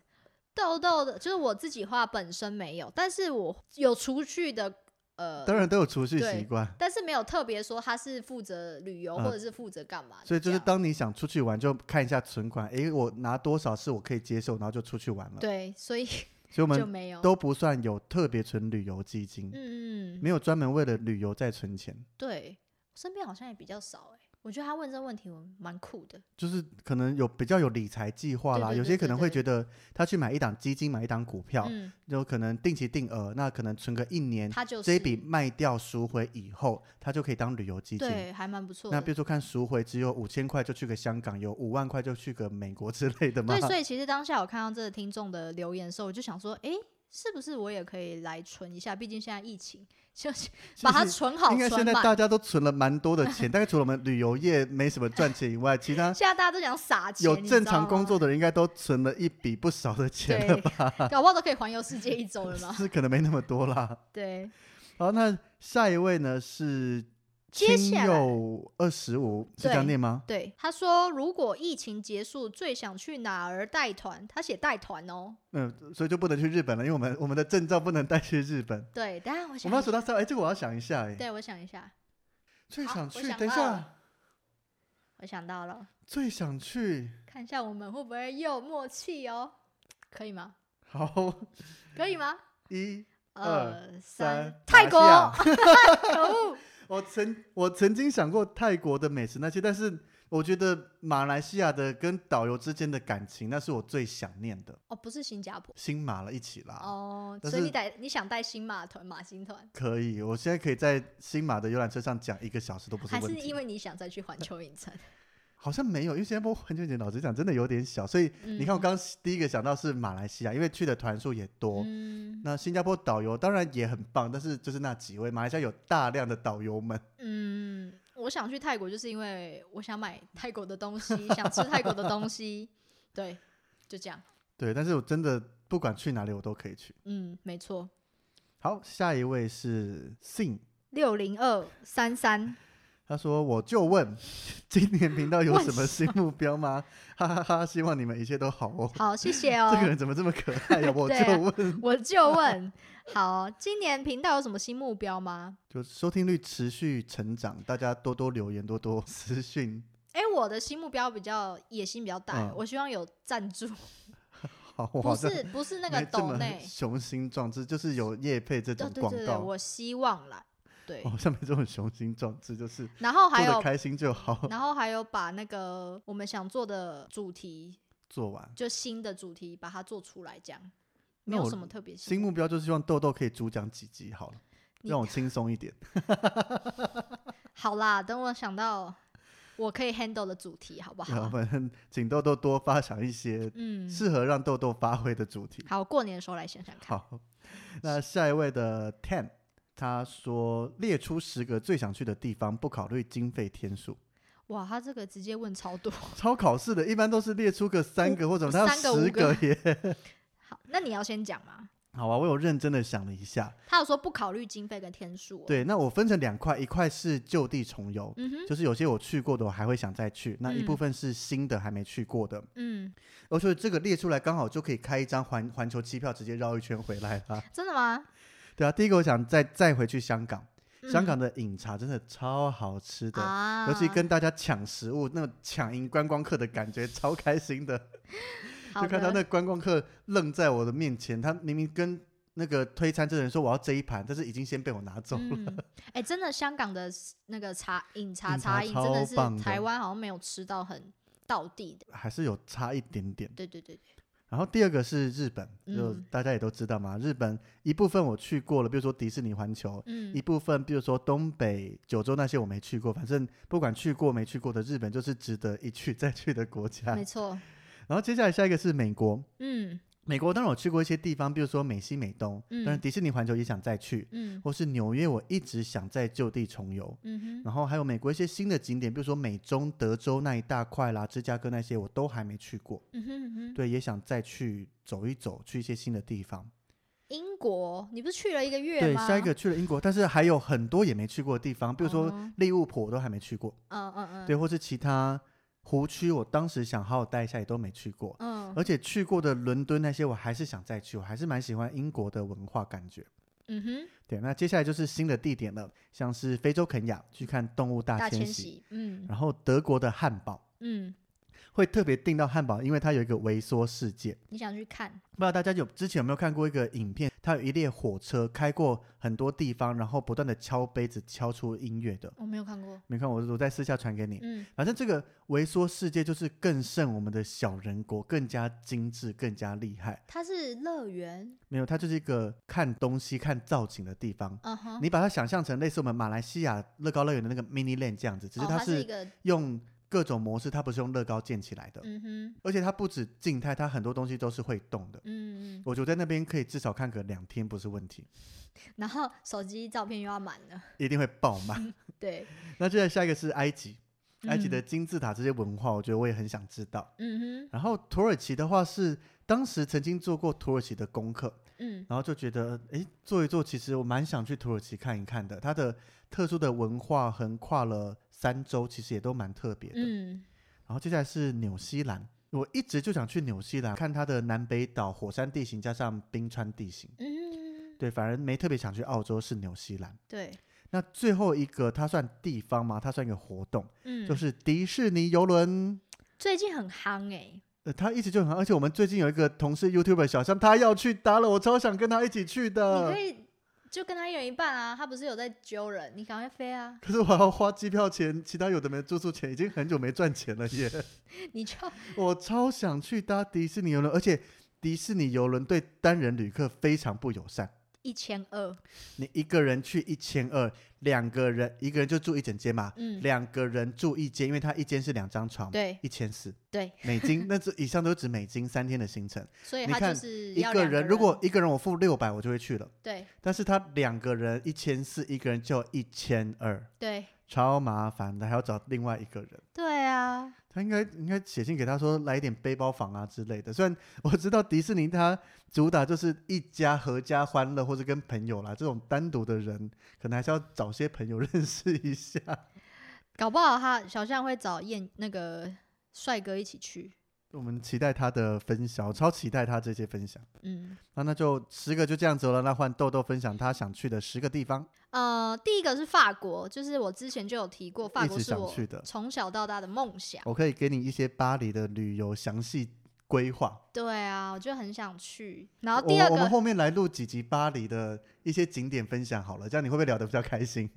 [SPEAKER 1] 豆豆的，就是我自己花本身没有，但是我有除去的，呃，
[SPEAKER 2] 当然都有储蓄
[SPEAKER 1] 对啊
[SPEAKER 2] 习惯。
[SPEAKER 1] 但是没有特别说他是负责旅游、
[SPEAKER 2] 呃
[SPEAKER 1] 或者是负责干嘛的这样，
[SPEAKER 2] 所以就是当你想出去玩，就看一下存款，诶，我拿多少是我可以接受，然后就出去玩了。
[SPEAKER 1] 对，所以
[SPEAKER 2] 所以我
[SPEAKER 1] 就
[SPEAKER 2] 们
[SPEAKER 1] 没有，
[SPEAKER 2] 都不算有特别存旅游基金，
[SPEAKER 1] 嗯嗯，嗯
[SPEAKER 2] 没有专门为了旅游在存钱。
[SPEAKER 1] 对，身边好像也比较少哎、我觉得他问这问题我蛮酷的，
[SPEAKER 2] 就是可能有比较有理财计划啦，
[SPEAKER 1] 对对对
[SPEAKER 2] 有些可能
[SPEAKER 1] 对
[SPEAKER 2] 会
[SPEAKER 1] 对
[SPEAKER 2] 觉得他去买一档基金，买一档股票，
[SPEAKER 1] 嗯，
[SPEAKER 2] 有可能定期定额，那可能存个一年，
[SPEAKER 1] 他就是
[SPEAKER 2] 这一笔卖掉赎回以后，他就可以当旅游基金。
[SPEAKER 1] 对还蛮不错
[SPEAKER 2] 那
[SPEAKER 1] 的
[SPEAKER 2] 比。如说看赎回只有五千块就去个香港，有五万块就去个美国之类的嘛
[SPEAKER 1] 对，。
[SPEAKER 2] [LAUGHS]
[SPEAKER 1] 所以其实当下我看到这个听众的留言的时候，我就想说，诶，是不是我也可以来存一下？毕竟现在疫情，就是
[SPEAKER 2] 其
[SPEAKER 1] 把它
[SPEAKER 2] 实
[SPEAKER 1] 存好
[SPEAKER 2] 应该现
[SPEAKER 1] 存
[SPEAKER 2] 在
[SPEAKER 1] 满。
[SPEAKER 2] 大家都存了蛮多的钱，大概除了我们旅游业没什么赚钱以外，其
[SPEAKER 1] [LAUGHS]
[SPEAKER 2] 他
[SPEAKER 1] 现在大家都想撒钱，
[SPEAKER 2] 有
[SPEAKER 1] 你知
[SPEAKER 2] 正
[SPEAKER 1] 道
[SPEAKER 2] 常工
[SPEAKER 1] 吗
[SPEAKER 2] 作的人应该都存了一笔不少的钱了
[SPEAKER 1] 对，搞不好都可以环游世界一周了嘛。
[SPEAKER 2] [LAUGHS] 是可能没那么多啦。
[SPEAKER 1] 对，
[SPEAKER 2] 好，那下一位呢是
[SPEAKER 1] 接
[SPEAKER 2] 青
[SPEAKER 1] 下来
[SPEAKER 2] 佑二十五，是这样
[SPEAKER 1] 对
[SPEAKER 2] 念吗？
[SPEAKER 1] 对，他说如果疫情结束，最想去哪儿带团？他写带团哦。
[SPEAKER 2] 嗯，所以就不能去日本了，因为我们我们的证照不能带去日本。
[SPEAKER 1] 对，等一下我
[SPEAKER 2] 我
[SPEAKER 1] 想
[SPEAKER 2] 们要
[SPEAKER 1] 一
[SPEAKER 2] 说
[SPEAKER 1] 下，
[SPEAKER 2] 到三，哎，这个我要想一下，哎，
[SPEAKER 1] 对我想一下，
[SPEAKER 2] 最
[SPEAKER 1] 好
[SPEAKER 2] 想
[SPEAKER 1] 我
[SPEAKER 2] 去，
[SPEAKER 1] 想
[SPEAKER 2] 等一
[SPEAKER 1] 到
[SPEAKER 2] 下
[SPEAKER 1] 了，我想到了，
[SPEAKER 2] 最想去，
[SPEAKER 1] 看一下我们会不会又有默契哦？可以吗？
[SPEAKER 2] 好，
[SPEAKER 1] 可以吗？
[SPEAKER 2] 一
[SPEAKER 1] 二
[SPEAKER 2] 三
[SPEAKER 1] 三，，泰国，
[SPEAKER 2] 马来
[SPEAKER 1] [LAUGHS]
[SPEAKER 2] 西亚
[SPEAKER 1] 可恶！
[SPEAKER 2] 我曾我曾经想过泰国的美食那些，但是我觉得马来西亚的跟导游之间的感情，那是我最想念的。
[SPEAKER 1] 哦，不是新加坡
[SPEAKER 2] 新马了一起啦，
[SPEAKER 1] 哦，
[SPEAKER 2] 但
[SPEAKER 1] 所以
[SPEAKER 2] 是
[SPEAKER 1] 你带你想带新马团马新团，
[SPEAKER 2] 可以，我现在可以在新马的游览车上讲一个小时都不是
[SPEAKER 1] 还
[SPEAKER 2] 问
[SPEAKER 1] 是
[SPEAKER 2] 题
[SPEAKER 1] 因。为你想再去环球
[SPEAKER 2] [LAUGHS]
[SPEAKER 1] 影城？
[SPEAKER 2] 好像没有，因为新加坡环球影城老实讲真的有点小，所以
[SPEAKER 1] 嗯
[SPEAKER 2] 你看我刚第一个想到是马来西亚，因为去的团数也多。
[SPEAKER 1] 嗯
[SPEAKER 2] 那新加坡导游当然也很棒，但是就是那几位，马来西亚有大量的导游们。 [LAUGHS]
[SPEAKER 1] 嗯，我想去泰国就是因为我想买泰国的东西，想吃泰国的
[SPEAKER 2] [LAUGHS]
[SPEAKER 1] 东西，对，就这样。
[SPEAKER 2] 对，但是我真的不管去哪里我都可以去。
[SPEAKER 1] 嗯，没错，
[SPEAKER 2] 好，下一位是 Sing，
[SPEAKER 1] 六零二三三，
[SPEAKER 2] 他说我就问， [LAUGHS] 今年频道有
[SPEAKER 1] 问
[SPEAKER 2] 什么新目标吗？ [LAUGHS] 哈哈哈，希望你们一切都好哦。
[SPEAKER 1] 好，谢谢哦。
[SPEAKER 2] 这个人怎么这么可爱
[SPEAKER 1] [LAUGHS]
[SPEAKER 2] 呀、我就
[SPEAKER 1] 对啊
[SPEAKER 2] 问，
[SPEAKER 1] 我就问，好，今年频道有什么新目标吗？
[SPEAKER 2] 就收听率持续成长，大家多多留言，多多私讯。 [LAUGHS]
[SPEAKER 1] 哎、我的新目标比较野心比较大，欸
[SPEAKER 2] 嗯
[SPEAKER 1] 我希望有赞助，
[SPEAKER 2] 好，我好
[SPEAKER 1] [LAUGHS] 不
[SPEAKER 2] 像
[SPEAKER 1] 是不是那个
[SPEAKER 2] 没这
[SPEAKER 1] 抖
[SPEAKER 2] 么
[SPEAKER 1] 内，
[SPEAKER 2] 雄心壮志，就是有业配这
[SPEAKER 1] 对
[SPEAKER 2] 种
[SPEAKER 1] 对
[SPEAKER 2] 广
[SPEAKER 1] 对对，
[SPEAKER 2] 告。
[SPEAKER 1] 我希望啦，对
[SPEAKER 2] 我，好像没这种雄心壮志，就是
[SPEAKER 1] 然后
[SPEAKER 2] 做
[SPEAKER 1] 还
[SPEAKER 2] 的
[SPEAKER 1] 有
[SPEAKER 2] 开哦心就好， [LAUGHS]
[SPEAKER 1] 然后还有把那个我们想做的主题，
[SPEAKER 2] 做完。
[SPEAKER 1] 就新的主题把它做出来，这样没
[SPEAKER 2] 那
[SPEAKER 1] 有
[SPEAKER 2] 我
[SPEAKER 1] 什么特别
[SPEAKER 2] 新目标就是希望豆豆可以主讲几集好了，
[SPEAKER 1] 你
[SPEAKER 2] 让我轻松一点。
[SPEAKER 1] 好啦，等我想到我可以 handle 的主题，好不
[SPEAKER 2] 我
[SPEAKER 1] 好？
[SPEAKER 2] 们请豆豆多发想一些
[SPEAKER 1] 嗯，
[SPEAKER 2] 适合让豆豆发挥的主题。
[SPEAKER 1] 好，过年的时候来想想看。
[SPEAKER 2] 好，那下一位的 Ten，他说列出十个最想去的地方，不考虑经费天数。
[SPEAKER 1] 哇，他这个直接问超多。
[SPEAKER 2] 超考试的，一般都是列出个三个或者他要
[SPEAKER 1] 三个五
[SPEAKER 2] 十个耶。
[SPEAKER 1] 好，啊那你要先讲嘛。
[SPEAKER 2] [LAUGHS] 好啊，我有认真的想了一下，
[SPEAKER 1] 他有说不考虑经费跟天数、哦。，
[SPEAKER 2] 对，那我分成两块，一块是就地重游，
[SPEAKER 1] 嗯哼，
[SPEAKER 2] 就是有些我去过的，我还会想再去；那一部
[SPEAKER 1] 嗯
[SPEAKER 2] 分是新的还没去过的，
[SPEAKER 1] 嗯，
[SPEAKER 2] 而且这个列出来刚好就可以开一张环环球机票，直接绕一圈回来啦。
[SPEAKER 1] 真的吗？
[SPEAKER 2] 对啊，第一个我想再再回去香港，
[SPEAKER 1] 嗯
[SPEAKER 2] 香港的饮茶真的超好吃的。
[SPEAKER 1] 啊，
[SPEAKER 2] 尤其跟大家抢食物，那种抢赢观光客的感觉超开心的。
[SPEAKER 1] 好
[SPEAKER 2] 就看到
[SPEAKER 1] 的
[SPEAKER 2] 那观光客愣在我的面前，他明明跟那个推餐这个人说我要这一盘，但是已经先被我拿走了。 [LAUGHS]
[SPEAKER 1] 嗯，哎、真的，香港的 s- 那个茶饮茶
[SPEAKER 2] 饮茶
[SPEAKER 1] 茶饮真的
[SPEAKER 2] 超
[SPEAKER 1] 是
[SPEAKER 2] 棒的
[SPEAKER 1] 台湾好像没有吃到很到地的。
[SPEAKER 2] 还是有差一点点。
[SPEAKER 1] 对对对对，
[SPEAKER 2] 然后第二个是日本，就
[SPEAKER 1] 嗯
[SPEAKER 2] 大家也都知道嘛，日本一部分我去过了，比如说迪士尼环球，一
[SPEAKER 1] 嗯，
[SPEAKER 2] 部分比如说东北、九州那些我没去过，反正不管去过没去过的，日本就是值得一去再去的国家。
[SPEAKER 1] 没错，
[SPEAKER 2] 然后接下来下一个是美国，
[SPEAKER 1] 嗯
[SPEAKER 2] 美国当然我去过一些地方，比如说美西、美东，
[SPEAKER 1] 嗯
[SPEAKER 2] 但是迪士尼环球也想再去，
[SPEAKER 1] 嗯
[SPEAKER 2] 或是纽约，我一直想再就地重游。
[SPEAKER 1] 嗯哼，
[SPEAKER 2] 然后还有美国一些新的景点，比如说美中德州那一大块啦，芝加哥那些我都还没去过，
[SPEAKER 1] 嗯哼嗯哼。
[SPEAKER 2] 对，也想再去走一走，去一些新的地方。
[SPEAKER 1] 英国，你不是去了一个月
[SPEAKER 2] 对，
[SPEAKER 1] 吗？
[SPEAKER 2] 下一个去了英国，但是还有很多也没去过的地方，比如说
[SPEAKER 1] 嗯
[SPEAKER 2] 利物浦我都还没去过，
[SPEAKER 1] 嗯嗯嗯，
[SPEAKER 2] 对，，或是其他湖区，我当时想好好待一下也都没去过。
[SPEAKER 1] 嗯
[SPEAKER 2] 而且去过的伦敦那些，我还是想再去，我还是蛮喜欢英国的文化感觉。
[SPEAKER 1] 嗯哼，
[SPEAKER 2] 对，那接下来就是新的地点了，像是非洲肯雅去看动物大
[SPEAKER 1] 大
[SPEAKER 2] 迁
[SPEAKER 1] 迁
[SPEAKER 2] 徙，
[SPEAKER 1] 徙，嗯
[SPEAKER 2] 然后德国的汉堡，
[SPEAKER 1] 嗯
[SPEAKER 2] 会特别定到汉堡，因为它有一个微缩世界。
[SPEAKER 1] 你想去看？
[SPEAKER 2] 不知道大家有之前有没有看过一个影片，它有一列火车开过很多地方，然后不断的敲杯子敲出音乐的。
[SPEAKER 1] 我没有看过。
[SPEAKER 2] 没看过，我我再私下传给你。
[SPEAKER 1] 嗯，
[SPEAKER 2] 反正这个微缩世界就是更胜我们的小人国，更加精致，更加厉害。
[SPEAKER 1] 它是乐园。
[SPEAKER 2] 没有，它就是一个看东西、看造景的地方。
[SPEAKER 1] 嗯哼，
[SPEAKER 2] 你把它想象成类似我们马来西亚乐高乐园的那个 mini land 这样子，只是
[SPEAKER 1] 哦
[SPEAKER 2] 它
[SPEAKER 1] 它是一
[SPEAKER 2] 是
[SPEAKER 1] 个，
[SPEAKER 2] 用各种模式，它不是用乐高建起来的，
[SPEAKER 1] 嗯哼，
[SPEAKER 2] 而且它不止静态，它很多东西都是会动的。
[SPEAKER 1] 嗯嗯，
[SPEAKER 2] 我觉得在那边可以至少看个两天不是问题，
[SPEAKER 1] 然后手机照片又要满了，
[SPEAKER 2] 一定会爆满。
[SPEAKER 1] 对，
[SPEAKER 2] [LAUGHS] 那接下来下一个是埃及，埃及的
[SPEAKER 1] 嗯，
[SPEAKER 2] 金字塔这些文化，我觉得我也很想知道。
[SPEAKER 1] 嗯
[SPEAKER 2] 然后土耳其的话是当时曾经做过土耳其的功课，
[SPEAKER 1] 哼，嗯，
[SPEAKER 2] 然后就觉得诶做一做，其实我蛮想去土耳其看一看的。它的特殊的文化横跨了三周，其实也都蛮特别的。
[SPEAKER 1] 嗯，
[SPEAKER 2] 然后接下来是纽西兰，我一直就想去纽西兰看它的南北岛火山地形加上冰川地形。
[SPEAKER 1] 嗯，
[SPEAKER 2] 对，反而没特别想去澳洲，是纽西兰。
[SPEAKER 1] 对，
[SPEAKER 2] 那最后一个，它算地方吗？它算一个活动，
[SPEAKER 1] 嗯，
[SPEAKER 2] 就是迪士尼游轮。
[SPEAKER 1] 最近很夯哎、
[SPEAKER 2] 呃，他一直就很好，而且我们最近有一个同事 YouTuber 小象，他要去搭了，我超想跟他一起去
[SPEAKER 1] 你
[SPEAKER 2] 的
[SPEAKER 1] 可。以就跟他一人一半啊，他不是有在揪人，你赶快飞啊，
[SPEAKER 2] 可是我还要花机票钱，其他有的没住宿钱，已经很久没赚钱了
[SPEAKER 1] [LAUGHS]
[SPEAKER 2] 耶。[LAUGHS]
[SPEAKER 1] 你就
[SPEAKER 2] 我超想去搭迪士尼游轮，而且迪士尼游轮对单人旅客非常不友善。
[SPEAKER 1] 一千二，
[SPEAKER 2] 你一个人去一千二，两个人一个人就住一整间嘛，
[SPEAKER 1] 嗯，
[SPEAKER 2] 两个人住一间，因为它一间是两张床，
[SPEAKER 1] 对
[SPEAKER 2] 一千四
[SPEAKER 1] 对， [LAUGHS]
[SPEAKER 2] 美金，那这以上都是指美金三天的行程。
[SPEAKER 1] 所以
[SPEAKER 2] 你
[SPEAKER 1] 他
[SPEAKER 2] 看
[SPEAKER 1] 就是
[SPEAKER 2] 一
[SPEAKER 1] 要两
[SPEAKER 2] 人
[SPEAKER 1] 人
[SPEAKER 2] 如果一个人我付六百，我就会去了。
[SPEAKER 1] 对
[SPEAKER 2] 但是他两个人一千四，一个人就一千二，
[SPEAKER 1] 对
[SPEAKER 2] 超麻烦的，还要找另外一个人。
[SPEAKER 1] 对啊，
[SPEAKER 2] 他应该应该写信给他说来一点背包房啊之类的。虽然我知道迪士尼它主打就是一家合家欢乐，或者跟朋友啦，这种单独的人可能还是要找些朋友 [LAUGHS] 认识一下。
[SPEAKER 1] 搞不好他小象会找燕那个帅哥一起去，
[SPEAKER 2] 我们期待他的分享，我超期待他这些分享。
[SPEAKER 1] 嗯。
[SPEAKER 2] 那那就十个就这样子了，那换豆豆分享他想去的十个地方。
[SPEAKER 1] 呃，第一个是法国，就是我之前就有提过，法
[SPEAKER 2] 一
[SPEAKER 1] 国
[SPEAKER 2] 直
[SPEAKER 1] 是
[SPEAKER 2] 想
[SPEAKER 1] 我
[SPEAKER 2] 去的
[SPEAKER 1] 从小到大的梦想。
[SPEAKER 2] 我可以给你一些巴黎的旅游详细规划。
[SPEAKER 1] 对啊，我就很想去。然后第二
[SPEAKER 2] 我我们
[SPEAKER 1] 个
[SPEAKER 2] 后面来录几集巴黎的一些景点分享好了，这样你会不会聊得比较开
[SPEAKER 1] [LAUGHS]
[SPEAKER 2] 心？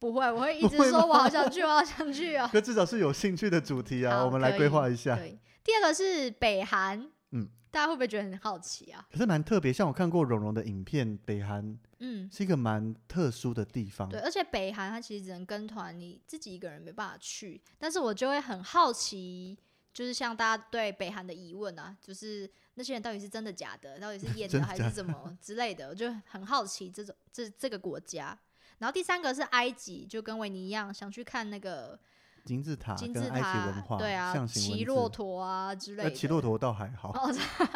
[SPEAKER 1] 不会，
[SPEAKER 2] [LAUGHS]
[SPEAKER 1] 我会一
[SPEAKER 2] 不
[SPEAKER 1] 直
[SPEAKER 2] 会
[SPEAKER 1] 说我
[SPEAKER 2] 吗
[SPEAKER 1] 好想去，我好想去
[SPEAKER 2] [LAUGHS]
[SPEAKER 1] 哦。
[SPEAKER 2] 可至少是有兴趣的主题啊，
[SPEAKER 1] 好
[SPEAKER 2] 我们来规划一下。
[SPEAKER 1] 对，第二个是北韩，
[SPEAKER 2] 嗯，
[SPEAKER 1] 大家会不会觉得很好奇啊？
[SPEAKER 2] 可是蛮特别，像我看过蓉蓉的影片，北韩
[SPEAKER 1] 嗯，
[SPEAKER 2] 是一个蛮特殊的地方。
[SPEAKER 1] 对，而且北韩它其实只能跟团，你自己一个人没办法去。但是我就会很好奇，就是像大家对北韩的疑问啊，就是那些人到底是真的假的，到底是
[SPEAKER 2] [LAUGHS]
[SPEAKER 1] 演
[SPEAKER 2] 真
[SPEAKER 1] 的
[SPEAKER 2] 的
[SPEAKER 1] 还
[SPEAKER 2] 假
[SPEAKER 1] 是怎么之类的，我就很好奇这种这这个国家。然后第三个是埃及，就跟维尼一样，想去看那个
[SPEAKER 2] 金字塔
[SPEAKER 1] 金
[SPEAKER 2] 啊跟
[SPEAKER 1] 字
[SPEAKER 2] 埃及
[SPEAKER 1] 塔，
[SPEAKER 2] 文化、
[SPEAKER 1] 对啊，
[SPEAKER 2] 象形
[SPEAKER 1] 骑
[SPEAKER 2] 文
[SPEAKER 1] 骆
[SPEAKER 2] 字。哎
[SPEAKER 1] 驼啊之类
[SPEAKER 2] 那
[SPEAKER 1] 的。
[SPEAKER 2] 骑骆驼倒还好，
[SPEAKER 1] 哦，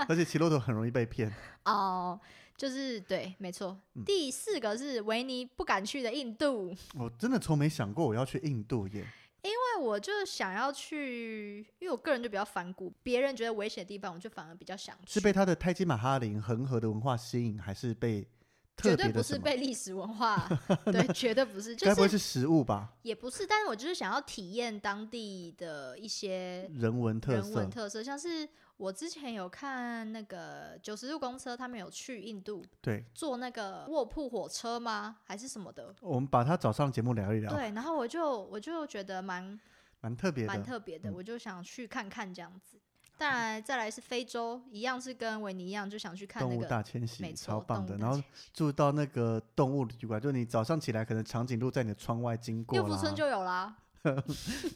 [SPEAKER 2] 而且骑骆驼很容易被骗。
[SPEAKER 1] 哦，就是对，没错。
[SPEAKER 2] 嗯
[SPEAKER 1] 第四个是维尼不敢去的印度，因
[SPEAKER 2] 我真的从没想过我要去印度耶。
[SPEAKER 1] 为我就想要去，因为我个人就比较反骨，别人觉得危险的地方，我就反而比较想去。
[SPEAKER 2] 是被它的泰姬玛哈林恒河的文化吸引，还是被特
[SPEAKER 1] 绝
[SPEAKER 2] 别
[SPEAKER 1] 对
[SPEAKER 2] 的
[SPEAKER 1] 不
[SPEAKER 2] 什
[SPEAKER 1] 是
[SPEAKER 2] 么？
[SPEAKER 1] 被历史文
[SPEAKER 2] [LAUGHS]
[SPEAKER 1] 化，对，绝对不是，就
[SPEAKER 2] 该不会
[SPEAKER 1] 是
[SPEAKER 2] 是食物吧？
[SPEAKER 1] 也不是，但是我就是想要体验当地的一些
[SPEAKER 2] 人文特
[SPEAKER 1] 人
[SPEAKER 2] 色
[SPEAKER 1] 文，特色，像是我之前有看那个九十路公车，他们有去印度
[SPEAKER 2] 对。
[SPEAKER 1] 坐那个卧铺火车吗？还是什么的？
[SPEAKER 2] 我们把它找上节目聊一聊，
[SPEAKER 1] 对，然后我就我就觉得蛮
[SPEAKER 2] 蛮特啊别
[SPEAKER 1] 蛮
[SPEAKER 2] 的。
[SPEAKER 1] 特别的，
[SPEAKER 2] 嗯
[SPEAKER 1] 我就想去看看这样子。当然，再来是非洲，一样是跟维尼一样，就想去看
[SPEAKER 2] 动
[SPEAKER 1] 那
[SPEAKER 2] 物
[SPEAKER 1] 个，
[SPEAKER 2] 大迁徙
[SPEAKER 1] 没
[SPEAKER 2] 超
[SPEAKER 1] 错，
[SPEAKER 2] 棒的，
[SPEAKER 1] 动物
[SPEAKER 2] 然后
[SPEAKER 1] 大迁徙
[SPEAKER 2] 住到那个动物旅馆，就你早上起来可能长颈鹿在你的窗外经过啊
[SPEAKER 1] 六
[SPEAKER 2] 啦
[SPEAKER 1] 福村就有啦。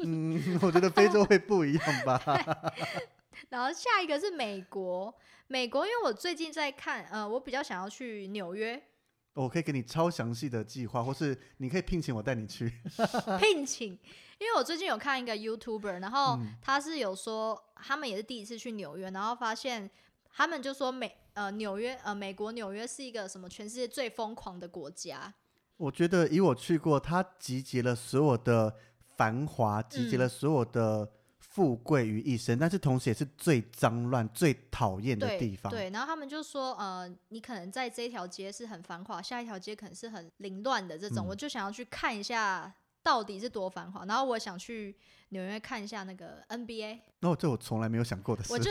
[SPEAKER 2] 嗯， [LAUGHS] 我觉得非洲会不一样
[SPEAKER 1] [LAUGHS]
[SPEAKER 2] 吧。
[SPEAKER 1] 然后下一个是美国，美国因为我最近在看，呃，我比较想要去纽约
[SPEAKER 2] 我可以给你超详细的计划，或是你可以聘请我带你去。
[SPEAKER 1] 聘请， [LAUGHS] 因为我最近有看一个 YouTuber，然后
[SPEAKER 2] 嗯
[SPEAKER 1] 他是有说他们也是第一次去纽约，然后发现他们就说美呃纽约呃美国纽约是一个什么全世界最疯狂的国家，
[SPEAKER 2] 我觉得以我去过，它集结了所有的繁华，集结
[SPEAKER 1] 嗯
[SPEAKER 2] 了所有的富贵于一身，但是同时也是最脏乱、最讨厌的
[SPEAKER 1] 对
[SPEAKER 2] 地方。
[SPEAKER 1] 对，然后他们就说，呃，你可能在这一条街是很繁华，下一条街可能是很凌乱的这种，
[SPEAKER 2] 嗯
[SPEAKER 1] 我就想要去看一下到底是多繁华。然后我想去纽约看一下那个 NBA，
[SPEAKER 2] 那、哦、这我从来没有想过的事 [LAUGHS]
[SPEAKER 1] 我，就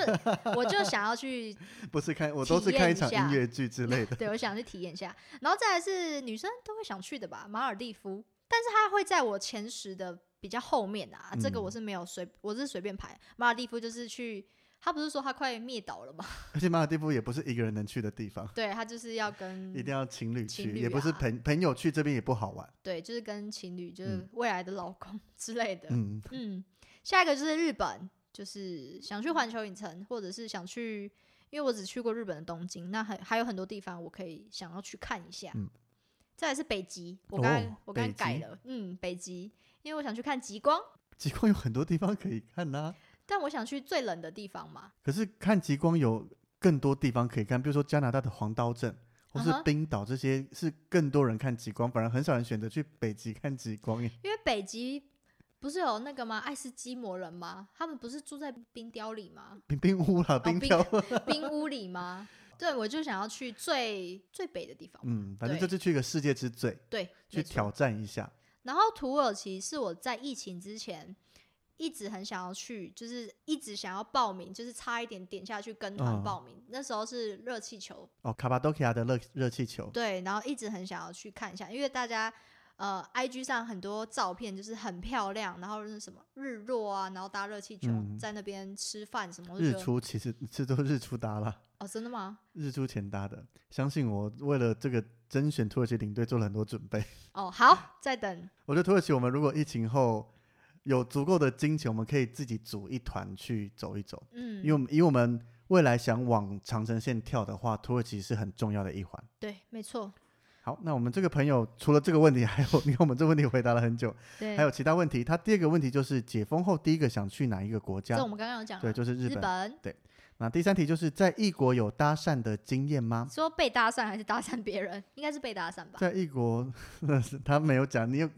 [SPEAKER 1] 我就想要去，
[SPEAKER 2] 不是看我都是
[SPEAKER 1] 体验
[SPEAKER 2] 看
[SPEAKER 1] 一
[SPEAKER 2] 场
[SPEAKER 1] 下
[SPEAKER 2] 音乐剧之 [LAUGHS]
[SPEAKER 1] [LAUGHS]
[SPEAKER 2] 类的。
[SPEAKER 1] 对我想去体验一下。然后再来是女生都会想去的吧，马尔蒂夫，但是它会在我前十的比较后面啊，这个
[SPEAKER 2] 嗯
[SPEAKER 1] 我是没有随，我是随便排。马尔蒂夫就是去，他不是说他快灭岛了吗？ [LAUGHS]
[SPEAKER 2] 而且马尔蒂夫也不是一个人能去的地方，
[SPEAKER 1] 对他就是要跟
[SPEAKER 2] 一定要情侣去，
[SPEAKER 1] 嗯情侣
[SPEAKER 2] 也不是
[SPEAKER 1] 啊
[SPEAKER 2] 朋朋友去这边也不好玩。
[SPEAKER 1] 对，就是跟情侣，就是
[SPEAKER 2] 嗯
[SPEAKER 1] 未来的老公 [LAUGHS] 之类的。
[SPEAKER 2] 嗯， [LAUGHS]
[SPEAKER 1] 嗯，下一个就是日本，就是想去环球影城，或者是想去，因为我只去过日本的东京，那还还有很多地方我可以想要去看一下。
[SPEAKER 2] 嗯
[SPEAKER 1] 再来是北极，我
[SPEAKER 2] 哦
[SPEAKER 1] 刚、我
[SPEAKER 2] 北
[SPEAKER 1] 刚改
[SPEAKER 2] 极
[SPEAKER 1] 了，嗯，北极，因为我想去看极光，
[SPEAKER 2] 极光有很多地方可以看啊呐、
[SPEAKER 1] 但我想去最冷的地方嘛。
[SPEAKER 2] 可是看极光有更多地方可以看，比如说加拿大的黄刀镇。或是
[SPEAKER 1] 嗯哼
[SPEAKER 2] 冰岛这些是更多人看极光，反而很少人选择去北极看极光 [LAUGHS] 耶。
[SPEAKER 1] 因为北极不是有那个吗？爱斯基摩人吗？他们不是住在冰雕里吗？
[SPEAKER 2] 冰冰屋啦，冰
[SPEAKER 1] 哦冰
[SPEAKER 2] 雕，
[SPEAKER 1] 冰屋里吗？ [LAUGHS] 对，我就想要去最最北的地方。
[SPEAKER 2] [LAUGHS] 嗯，反正这
[SPEAKER 1] 对
[SPEAKER 2] 次去一个世界之最，
[SPEAKER 1] 对，
[SPEAKER 2] 去
[SPEAKER 1] 没错
[SPEAKER 2] 挑战一下。
[SPEAKER 1] 然后土耳其是我在疫情之前一直很想要去，就是一直想要报名，就是差一点点下去跟团
[SPEAKER 2] 嗯
[SPEAKER 1] 报名。那时候是热气球，
[SPEAKER 2] 哦，卡巴多奇亚的热热气球，
[SPEAKER 1] 对，然后一直很想要去看一下，因为大家。呃，IG 上很多照片就是很漂亮，然后是什么日落啊，然后搭热气球、
[SPEAKER 2] 嗯
[SPEAKER 1] 在那边吃饭什么，我就
[SPEAKER 2] 日
[SPEAKER 1] 觉得
[SPEAKER 2] 出其实这都日出搭啦，
[SPEAKER 1] 哦，真的吗？
[SPEAKER 2] 日出前搭的。相信我，为了这个甄选土耳其领队做了很多准备。 [LAUGHS]
[SPEAKER 1] 哦，好，再等，
[SPEAKER 2] 我觉得土耳其，我们如果疫情后有足够的金钱，我们可以自己组一团去走一走，
[SPEAKER 1] 嗯，
[SPEAKER 2] 因为我们以我们未来想往长城线跳的话，土耳其是很重要的一环。
[SPEAKER 1] 对，没错，
[SPEAKER 2] 好，那我们这个朋友除了这个问题，还有 [LAUGHS] 你看我们这个问题回答了很久，
[SPEAKER 1] 对，
[SPEAKER 2] 还有其他问题。他第二个问题就是解封后第一个想去哪一个国家
[SPEAKER 1] 这我？们刚刚有讲
[SPEAKER 2] 对，
[SPEAKER 1] 了，
[SPEAKER 2] 就是日
[SPEAKER 1] 日
[SPEAKER 2] 本。
[SPEAKER 1] 本，
[SPEAKER 2] 那第三题就是在异国有搭讪的经验吗？
[SPEAKER 1] 说被搭讪还是搭讪别人？应该是被搭讪吧？
[SPEAKER 2] 在异国， [LAUGHS] 那是他没有讲，你有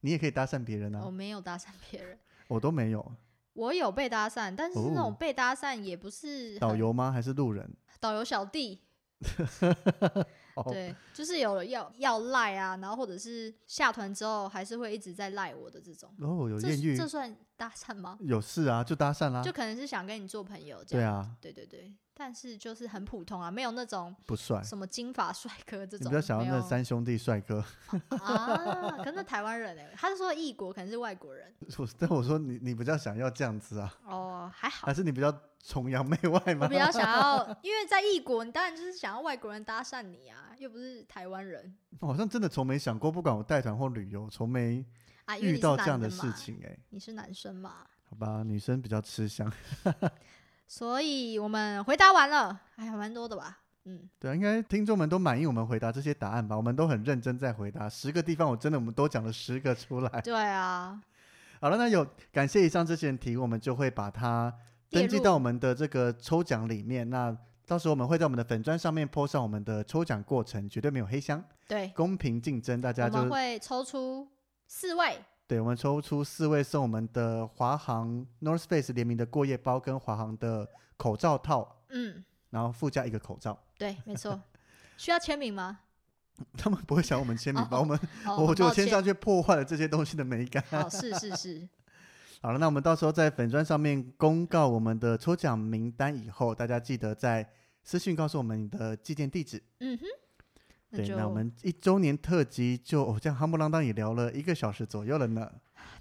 [SPEAKER 2] 你也可以搭讪别人啊，
[SPEAKER 1] 我没有搭讪别人，
[SPEAKER 2] 我都没有。
[SPEAKER 1] 我有被搭讪，但是那
[SPEAKER 2] 哦
[SPEAKER 1] 种被搭讪也不是很
[SPEAKER 2] 导游吗？还是路人？
[SPEAKER 1] 导游小弟，
[SPEAKER 2] 哦，
[SPEAKER 1] 对，就是有要要赖啊，然后或者是下团之后还是会一直在赖我的这种，
[SPEAKER 2] 哦，有
[SPEAKER 1] 这
[SPEAKER 2] 艳遇
[SPEAKER 1] 这，算搭讪吗？
[SPEAKER 2] 有事啊，就搭讪啦、
[SPEAKER 1] 就可能是想跟你做朋友这
[SPEAKER 2] 对
[SPEAKER 1] 样，
[SPEAKER 2] 啊，
[SPEAKER 1] 对对对，但是就是很普通啊，没有那种
[SPEAKER 2] 不帅。
[SPEAKER 1] 什么金发帅哥这
[SPEAKER 2] 哎你
[SPEAKER 1] 种，
[SPEAKER 2] 不要想
[SPEAKER 1] 没
[SPEAKER 2] 要那
[SPEAKER 1] 有
[SPEAKER 2] 三兄弟帅哥，
[SPEAKER 1] 啊，可是那台湾人哎、他是说异国，可能是外
[SPEAKER 2] [LAUGHS]
[SPEAKER 1] 国人
[SPEAKER 2] 我但我说你你比较想要这样子啊，
[SPEAKER 1] 哦，还好
[SPEAKER 2] 还。是你比较崇洋媚外
[SPEAKER 1] 我
[SPEAKER 2] 吗
[SPEAKER 1] 比？较想要，因为在异国，你当然就是想要外国人搭讪你啊，又不是台湾人。
[SPEAKER 2] 我好像真的从没想过，不管我带团或旅游，从没
[SPEAKER 1] 啊，因为
[SPEAKER 2] 遇
[SPEAKER 1] 你是
[SPEAKER 2] 到这
[SPEAKER 1] 男
[SPEAKER 2] 样
[SPEAKER 1] 的
[SPEAKER 2] 事
[SPEAKER 1] 嘛，
[SPEAKER 2] 情哎、
[SPEAKER 1] 你是男生嘛，
[SPEAKER 2] 好吧，女生比较吃香，
[SPEAKER 1] 所以我们回答完了，哎，还蛮多的吧？嗯，
[SPEAKER 2] 对啊，应该听众们都满意我们回答这些答案吧？我们都很认真在回答，十个地方我真的我们都讲了十个出来。
[SPEAKER 1] 对啊，
[SPEAKER 2] 好了，那有感谢以上这些题，我们就会把它登记
[SPEAKER 1] 列入
[SPEAKER 2] 到我们的这个抽奖里面。那到时候我们会在我们的粉砖上面 po 上我们的抽奖过程，绝对没有黑箱，
[SPEAKER 1] 对，
[SPEAKER 2] 公平竞争，大家
[SPEAKER 1] 我
[SPEAKER 2] 就
[SPEAKER 1] 们会抽出四位，
[SPEAKER 2] 对我们抽出四位送我们的华航 North Face 联名的过夜包跟华航的口罩套，
[SPEAKER 1] 嗯，
[SPEAKER 2] 然后附加一个口罩。 [LAUGHS]
[SPEAKER 1] 对，没错。需要签名吗？
[SPEAKER 2] 他们不会想我们签名吧？
[SPEAKER 1] 哦
[SPEAKER 2] 我们
[SPEAKER 1] 哦，
[SPEAKER 2] 我
[SPEAKER 1] 很
[SPEAKER 2] 觉得
[SPEAKER 1] 抱
[SPEAKER 2] 我签
[SPEAKER 1] 歉
[SPEAKER 2] 上去破坏了这些东西的美感。
[SPEAKER 1] 好，是是是，
[SPEAKER 2] 好了，那我们到时候在粉砖上面公告我们的抽奖名单以后，大家记得在私信告诉我们你的寄件地址。
[SPEAKER 1] 嗯哼，那
[SPEAKER 2] 对，
[SPEAKER 1] 就
[SPEAKER 2] 那我们一周年特辑就哦，这样夯不啷当也聊了一个小时左右了呢。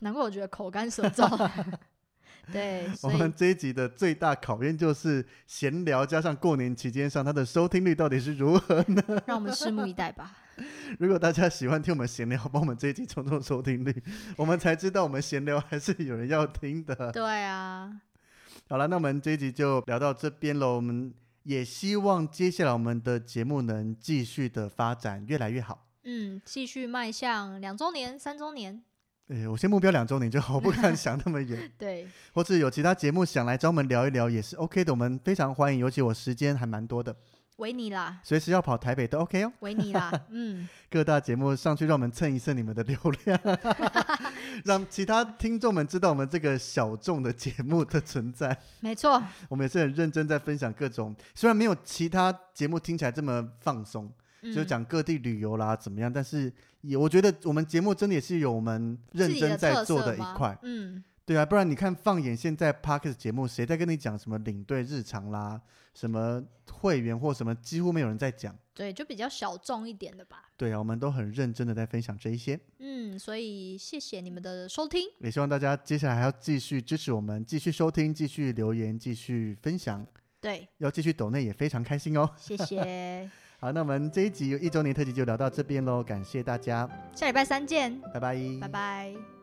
[SPEAKER 1] 难怪我觉得口干舌燥。 [LAUGHS] 对，
[SPEAKER 2] [LAUGHS] 我
[SPEAKER 1] 所以
[SPEAKER 2] 们这一集的最大考验就是闲聊加上过年期间上它的收听率到底是如何。
[SPEAKER 1] 让我们拭目以待吧。
[SPEAKER 2] 如果大家喜欢听我们闲聊，帮我们这一集冲冲收听率，我们才知道我们闲聊还是有人要听的。
[SPEAKER 1] 对啊，
[SPEAKER 2] 好了，那我们这一集就聊到这边喽。我们也希望接下来我们的节目能继续的发展，越来越好。
[SPEAKER 1] 嗯，继续迈向两周年、三周年，
[SPEAKER 2] 呃，我先目标两周年就好，我不敢想那么
[SPEAKER 1] [LAUGHS]
[SPEAKER 2] 远。
[SPEAKER 1] 对，
[SPEAKER 2] 或者有其他节目想来找我们聊一聊，也是 OK 的，我们非常欢迎。尤其我时间还蛮多的，
[SPEAKER 1] 维尼啦，
[SPEAKER 2] 随时要跑台北都 OK 哦。
[SPEAKER 1] 维
[SPEAKER 2] [LAUGHS]
[SPEAKER 1] 尼啦，嗯，
[SPEAKER 2] 各大节目上去，让我们蹭一蹭你们的流
[SPEAKER 1] [LAUGHS]
[SPEAKER 2] 量，让其他听众们知道我们这个小众的节目的存在。[LAUGHS]
[SPEAKER 1] 没错，
[SPEAKER 2] 我们也是很认真在分享各种，虽然没有其他节目听起来这么放松，就
[SPEAKER 1] 嗯
[SPEAKER 2] 讲各地旅游啦怎么样。但是也我觉得我们节目真的也是有我们认
[SPEAKER 1] 自己
[SPEAKER 2] 真
[SPEAKER 1] 的
[SPEAKER 2] 在
[SPEAKER 1] 特
[SPEAKER 2] 做
[SPEAKER 1] 色
[SPEAKER 2] 的一
[SPEAKER 1] 吗
[SPEAKER 2] 块，
[SPEAKER 1] 嗯，
[SPEAKER 2] 对啊，不然你看放眼现在 Parkes 节目，谁在跟你讲什么领队日常啦，什么会员或什么，几乎没有人在讲。
[SPEAKER 1] 对，就比较小众一点的吧。
[SPEAKER 2] 对啊，我们都很认真的在分享这一些，
[SPEAKER 1] 嗯，所以谢谢你们的收听。
[SPEAKER 2] 也希望大家接下来还要继续支持我们，继续收听，继续留言，继续分享，
[SPEAKER 1] 对，
[SPEAKER 2] 要继续抖内也非常开心哦。
[SPEAKER 1] 谢谢，
[SPEAKER 2] 好，那我们这一集一周年特辑就聊到这边喽，感谢大家，
[SPEAKER 1] 下礼拜三见，
[SPEAKER 2] [LAUGHS] 拜拜，
[SPEAKER 1] 拜拜。